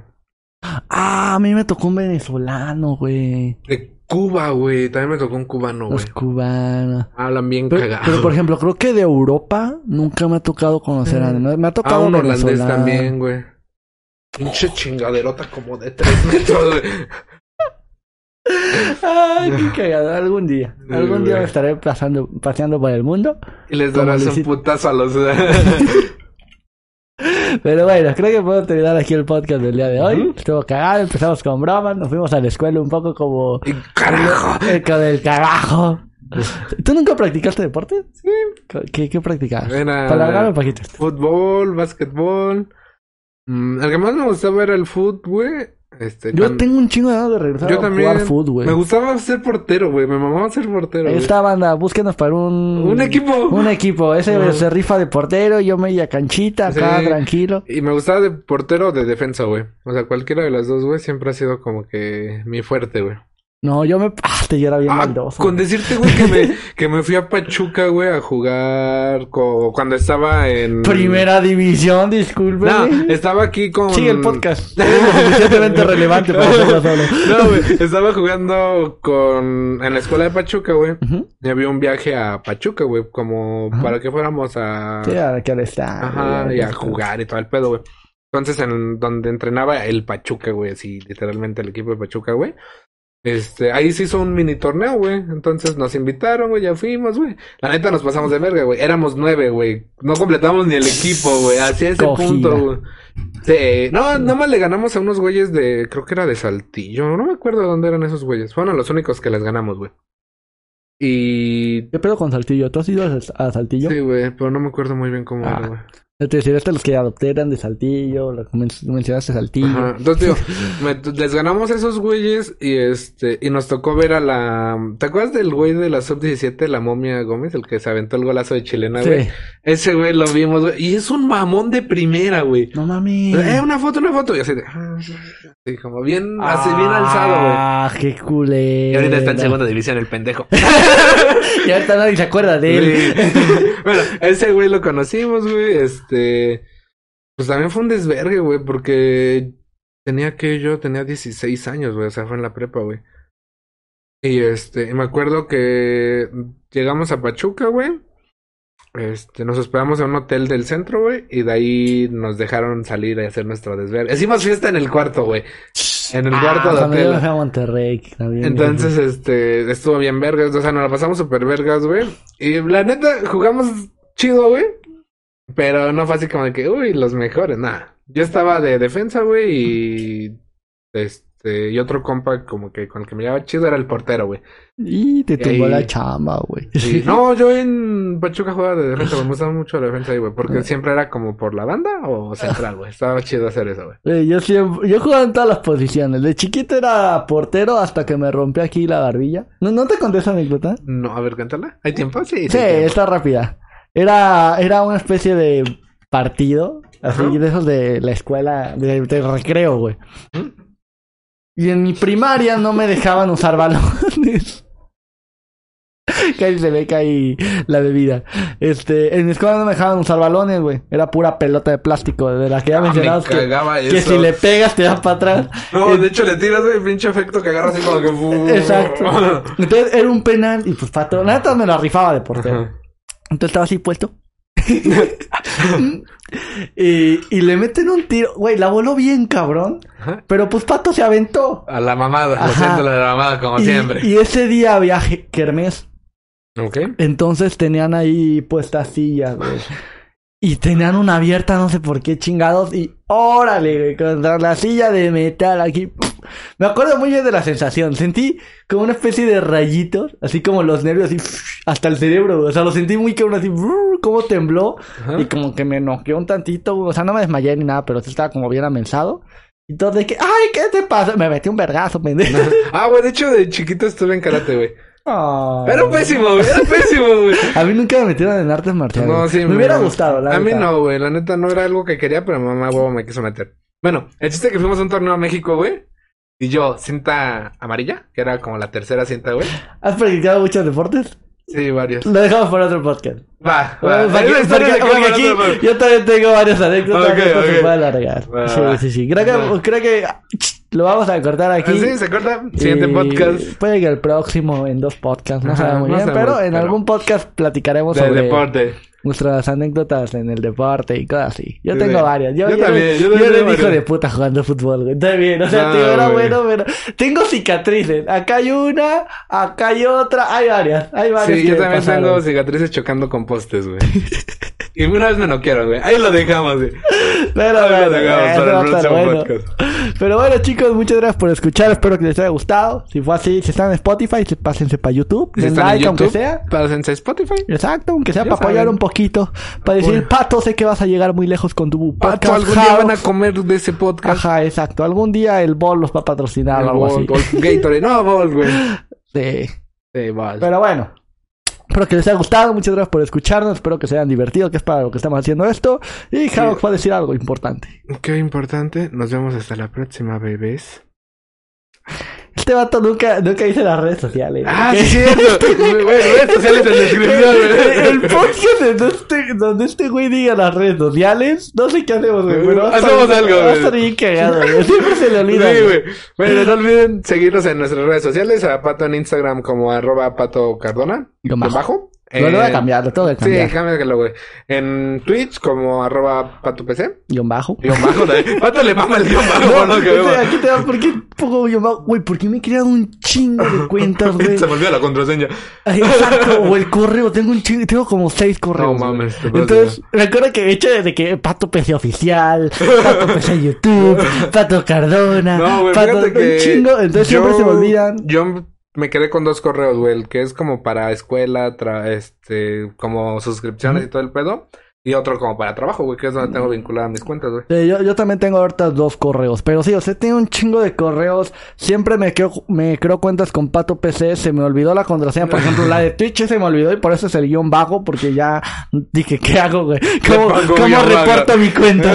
S1: Ah, a mí me tocó un venezolano, güey.
S2: De Cuba, güey. También me tocó un cubano,
S1: Los
S2: güey.
S1: cubanos.
S2: Hablan bien
S1: Pero,
S2: cagado.
S1: pero, por ejemplo, creo que de Europa nunca me ha tocado conocer a nadie. Me ha
S2: Ah,
S1: tocado
S2: un holandés
S1: venezolano.
S2: también, güey. Pinche chingaderota como de tres metros, güey.
S1: Ay, qué cagado. Algún día.
S2: Sí,
S1: Algún día
S2: güey.
S1: me estaré pasando, paseando por el mundo.
S2: Y les
S1: Como
S2: darás un
S1: Luisito.
S2: putazo a los.
S1: Pero bueno, creo que puedo terminar aquí el podcast del día de hoy.
S2: Ujú.
S1: Estuvo cagado, empezamos con bromas, nos fuimos a la escuela un poco como
S2: Y ¡Carajo!
S1: eh, con el carajo. ¿Tú nunca practicaste deporte?
S2: Sí.
S1: ¿Qué, qué practicabas?
S2: Era-
S1: Para alargarme un poquito.
S2: Fútbol, básquetbol. Mm, el que más me gustaba era el fútbol, güey. Este,
S1: Yo
S2: cuando-
S1: tengo un chingo de ganas de regresar
S2: Yo
S1: a
S2: también.
S1: jugar fútbol, güey.
S2: Me gustaba ser portero, güey. Me mamaba ser portero. güey.
S1: Esta banda, búsquenos para un...
S2: Un equipo.
S1: Un equipo. Ese
S2: Ujú.
S1: se rifa de portero, yo me iba a canchita, acá,
S2: Sí.
S1: tranquilo.
S2: Y me gustaba de portero o de defensa, güey. O sea, cualquiera de las dos, güey, siempre ha sido como que mi fuerte, güey.
S1: No, yo me... Ah, te yo era bien
S2: Ah,
S1: maldoso.
S2: con decirte, güey, que me, que me fui a Pachuca, güey, a jugar co- cuando estaba en...
S1: Primera división, disculpe.
S2: No, Mm. estaba aquí con...
S1: Sigue el podcast. Es suficientemente relevante para hacerlo solo.
S2: No, güey, estaba jugando con... En la escuela de Pachuca, güey.
S1: Ujú.
S2: Y había un viaje a Pachuca, güey, como
S1: Ajá.
S2: para que fuéramos a...
S1: Sí, ahora que ahora está.
S2: Ah. Ajá, y
S1: ya
S2: a jugar y todo el pedo, güey. Entonces, en donde entrenaba el Pachuca, güey, así literalmente el equipo de Pachuca, güey. Este, ahí se hizo un mini torneo, güey. Entonces nos invitaron, güey, ya fuimos, güey. La neta nos pasamos de verga, güey. Éramos nueve, güey. No completamos ni el equipo, güey. Hacia ese
S1: Cogida.
S2: punto, güey. Sí, no, nomás le ganamos a unos güeyes de, creo que era de Saltillo. No me acuerdo dónde eran esos güeyes. Fueron los únicos que les ganamos, güey. Y
S1: ¿Qué pedo con Saltillo? ¿Tú has ido a, a Saltillo?
S2: Sí, güey, pero no me acuerdo muy bien cómo
S1: Ah,
S2: era, güey.
S1: Yo te decía, hasta los que adopté eran de Saltillo, los que men- mencionaste Saltillo.
S2: Ajá. Entonces, digo, me- les ganamos a esos güeyes y este, y nos tocó ver a la. ¿Te acuerdas del güey de la sub-17, la momia Gómez, el que se aventó el golazo de chilena,
S1: Sí.
S2: güey? Ese güey lo vimos, güey. Y es un mamón de primera, güey.
S1: No mami.
S2: Eh, una foto, una foto. Y así de. así como bien, así bien alzado, güey.
S1: Ah, qué culé.
S2: Y ahorita está en segunda división el pendejo.
S1: Y ahorita nadie se acuerda de él.
S2: Sí. bueno, ese güey lo conocimos, güey. Este. Pues también fue un desvergue, güey, porque tenía que yo tenía 16 años, güey. O sea, fue en la prepa, güey. Y este, y me acuerdo que llegamos a Pachuca, güey. Este, nos hospedamos en un hotel del centro, güey, y de ahí nos dejaron salir a hacer nuestro desvergue. Hicimos fiesta en el cuarto, güey. En el
S1: Ah,
S2: cuarto de
S1: cuando yo me
S2: hotel.
S1: fui a Monterrey. también.
S2: Entonces, este, estuvo bien vergas, o sea, nos la pasamos súper vergas, güey. Y la neta, jugamos chido, güey. Pero no fue así como de que, uy, los mejores, nada. Yo estaba de defensa, güey, y este, y otro compa como que con el que me llevaba chido era el portero, güey.
S1: Y te tumbó
S2: Ey.
S1: la chamba, güey.
S2: Y, no, yo en Pachuca jugaba de defensa, güey, me gustaba mucho la defensa ahí, güey, porque siempre era como por la banda o central, güey. Estaba chido hacer eso, güey.
S1: Güey, yo siempre, yo jugaba en todas las posiciones. De chiquito era portero hasta que me rompí aquí la barbilla. ¿No, no te conté esa anécdota?
S2: No, a ver, cántala. ¿Hay tiempo? Sí, sí.
S1: Sí,
S2: hay tiempo.
S1: está rápida. Era, era una especie de partido, así
S2: Ajá.
S1: de esos de la escuela, de, de recreo, güey.
S2: Ujú.
S1: Y en mi primaria no me dejaban usar balones. Casi se ve que hay la bebida. Este, en mi escuela no me dejaban usar balones, güey. Era pura pelota de plástico, de la que ya
S2: Ah,
S1: mencionabas
S2: me
S1: que,
S2: cagaba
S1: que
S2: eso.
S1: si le pegas te das para atrás.
S2: No, de hecho le tiras güey, el pinche efecto que agarras así como que.
S1: Exacto. Entonces era un penal y pues para todo. La neta me la rifaba de portero.
S2: Ajá.
S1: Entonces estaba así puesto. y, y le meten un tiro. Güey, la voló bien, cabrón.
S2: Ajá.
S1: Pero pues Pato se aventó.
S2: A la mamada, lo
S1: Ajá.
S2: siento, la mamada como
S1: y,
S2: siempre.
S1: y ese día había je- kermés.
S2: Ok.
S1: Entonces tenían ahí puestas sillas, güey. Y tenían una abierta, no sé por qué chingados. Y órale, güey, contra la silla de metal aquí. Me acuerdo muy bien de la sensación. Sentí como una especie de rayitos, así como los nervios, así hasta el cerebro. güey. O sea, lo sentí muy cabrón, así como tembló.
S2: Ajá.
S1: Y como que me noqueó un tantito, güey. o sea, no me desmayé ni nada, pero sí estaba como bien amensado. Y todo de que, ay, ¿qué te pasa? Me metí un vergazo, pendejo.
S2: Ah, güey, de hecho de chiquito estuve en karate, güey.
S1: Ah.
S2: Era un pésimo, güey, era pésimo, güey.
S1: A mí nunca me metieron en artes marciales.
S2: No, sí,
S1: me hubiera
S2: no.
S1: gustado, la
S2: A mí
S1: neta.
S2: no, güey, la neta no era algo que quería, pero mamá, huevo, me quiso meter. Bueno, el chiste es que fuimos a un torneo a México, güey. Y yo, cinta amarilla, que era como la tercera cinta, güey.
S1: ¿Has practicado muchos deportes?
S2: Sí, varios.
S1: Lo dejamos para otro podcast.
S2: Va, va.
S1: Bueno, porque-
S2: Es la historia de
S1: porque-
S2: cómo
S1: porque
S2: era
S1: aquí
S2: todo, güey.
S1: yo también tengo varias anécdotas
S2: Ok,
S1: que esto se
S2: ok.
S1: puede alargar.
S2: Va,
S1: sí,
S2: va.
S1: sí, sí. Creo que,
S2: Va.
S1: creo que lo vamos a cortar aquí.
S2: Sí, se corta. Siguiente
S1: Y
S2: podcast.
S1: Puede que el próximo en dos podcasts, no
S2: Ajá,
S1: sabemos muy
S2: no
S1: bien,
S2: sabemos,
S1: pero en
S2: pero-
S1: algún podcast platicaremos
S2: De
S1: sobre
S2: deporte.
S1: nuestras anécdotas en el deporte y cosas así. Yo
S2: Sí,
S1: tengo
S2: sí.
S1: varias. Yo,
S2: Yo
S1: yo
S2: también,
S1: era-
S2: yo
S1: yo
S2: también
S1: era
S2: tengo
S1: un hijo
S2: varias.
S1: de puta jugando fútbol, güey. Está bien, o sea,
S2: No,
S1: tío, era
S2: güey.
S1: bueno, pero tengo cicatrices. Acá hay una, acá hay otra, hay varias, hay varias.
S2: Sí,
S1: que
S2: yo
S1: me
S2: también
S1: pasaron.
S2: tengo cicatrices chocando con postes, güey. y una vez me noquearon, güey. Ahí lo dejamos, güey.
S1: Pero
S2: Ahí lo
S1: bueno,
S2: dejamos
S1: eso
S2: para
S1: va a
S2: el
S1: estar
S2: próximo
S1: bueno.
S2: podcast.
S1: Pero bueno, chicos, muchas gracias por escuchar. Espero que les haya gustado. Si fue así, si están en Spotify, se- pásense para YouTube.
S2: Si
S1: den
S2: están en
S1: like, aunque
S2: YouTube,
S1: sea.
S2: Pásense a Spotify.
S1: Exacto, aunque sea
S2: Ya
S1: para apoyar
S2: saben.
S1: un poquito. Para decir, pato, sé que vas a llegar muy lejos con tu podcast.
S2: Pato, algún día
S1: House".
S2: van a comer de ese podcast.
S1: Ajá, exacto. Algún día el bol los va a patrocinar o
S2: El
S1: Ah, algo así.
S2: Bol, Bol- Gatorade. No, Bol, güey.
S1: Sí.
S2: Sí, Bol.
S1: Pero bueno. Espero que les haya gustado. Muchas gracias por escucharnos. Espero que se hayan divertido, que es para lo que estamos haciendo esto. Y Havoc va a decir algo importante.
S2: Qué importante. Nos vemos hasta la próxima, bebés.
S1: Este vato nunca, nunca dice las redes sociales.
S2: Ah,
S1: ¿ok?
S2: sí, es cierto. Güey, redes sociales en la descripción, güey.
S1: El podcast en este- donde este güey diga las redes sociales, no sé qué hacemos, güey. pero va a estar-
S2: Hacemos algo,
S1: va a
S2: güey.
S1: estar bien cagado, güey. Siempre se le olvida.
S2: Sí, güey.
S1: güey.
S2: Bueno, no olviden seguirnos en nuestras redes sociales, a Pato en Instagram como arroba Pato Cardona.
S1: Guión bajo.
S2: bajo.
S1: Lo voy a
S2: Eh,
S1: cambiar, lo tengo que
S2: Sí,
S1: cambiar.
S2: cámbialo, güey. En Twitch como arroba Pato PC.
S1: Guión bajo.
S2: Guión bajo, ¿no? Pato le mama el guión bajo. por
S1: No,
S2: lo que
S1: o
S2: veo.
S1: sea, aquí te va, ¿por qué pongo guión bajo? Güey, ¿por qué me he creado un chingo de cuentas, güey?
S2: Se volvió la contraseña.
S1: Ay, Exacto, o el correo, tengo un chingo, tengo como seis correos.
S2: No
S1: güey.
S2: mames, te pasas
S1: Entonces, me acuerdo que he hecho desde que Pato PC oficial, Pato PC YouTube, Pato Cardona,
S2: No, güey,
S1: Pato
S2: fíjate que.
S1: un chingo, entonces
S2: yo-
S1: siempre se me olvidan.
S2: Yo me quedé con dos correos, güey. El que es como para escuela, tra- este, como suscripciones y todo el pedo. Y otro como para trabajo, güey, que es donde
S1: Mm.
S2: tengo vinculadas mis cuentas, güey.
S1: Sí, yo, yo también tengo ahorita dos correos, pero sí, o sea, tengo un chingo de correos. Siempre me creo, me creo cuentas con Pato PC, se me olvidó la contraseña, por ejemplo, la de Twitch se me olvidó y por eso es el guión bajo, porque ya dije, ¿qué hago, güey? ¿Cómo,
S2: pongo
S1: cómo
S2: guión bajo?
S1: reporto mi cuenta?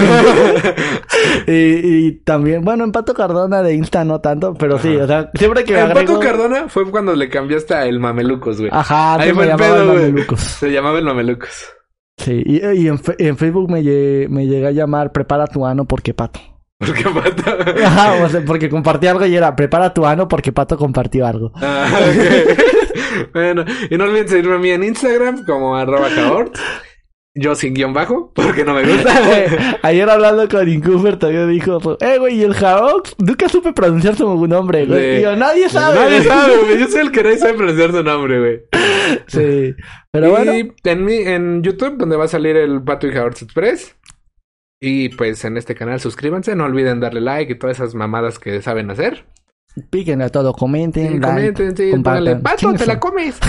S1: y, y también, bueno, en Pato Cardona de Insta no tanto, pero sí, o sea, siempre que
S2: El
S1: agrego...
S2: Pato Cardona fue cuando le cambiaste a El Mamelucos, güey.
S1: Ajá,
S2: Ahí
S1: antes
S2: fue
S1: me
S2: el
S1: llamaba
S2: pedo,
S1: el
S2: güey.
S1: Mamelucos.
S2: Se llamaba El Mamelucos.
S1: Sí, y, y en, fe- en Facebook me, lle- me llegué a llamar Prepara tu ano porque Pato.
S2: Porque Pato.
S1: Ajá, o sea, porque compartí algo y era prepara tu ano porque Pato compartió algo.
S2: Ah, ok. bueno, y no olviden seguirme a mí en Instagram como arroba cabort. Yo sin guión bajo, porque no me gusta.
S1: Ayer hablando con Incooper también dijo, eh, güey, ¿y el Jarox? Nunca supe pronunciar su nombre, güey.
S2: Sí.
S1: Y yo, nadie sabe.
S2: Nadie sabe, güey. Yo soy el que nadie sabe pronunciar su nombre, güey.
S1: Sí. Pero bueno,
S2: Y en, mi, en YouTube, donde va a salir el Pato y Howard's Express. Y pues en este canal suscríbanse, no olviden darle like y todas esas mamadas que saben hacer.
S1: píquenle a todo, comenten,
S2: Y
S1: like,
S2: comenten, sí,
S1: compartan.
S2: pónganle, pato,
S1: Chingue
S2: te la
S1: su-
S2: comes.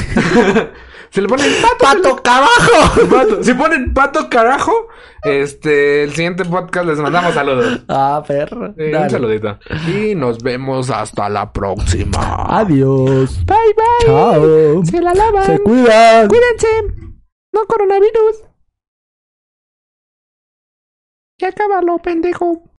S2: Se le ponen pato, te la
S1: ¡Pato, carajo!
S2: Pato. Si ponen pato carajo, este, el siguiente podcast les mandamos saludos.
S1: Ah, perro.
S2: Sí, un
S1: Dale.
S2: saludito. Y nos vemos hasta la próxima.
S1: Adiós.
S2: Bye bye.
S1: Chao.
S2: Se la lavan.
S1: Se cuidan.
S2: Cuídense. No coronavirus. Ya acábalo, pendejo.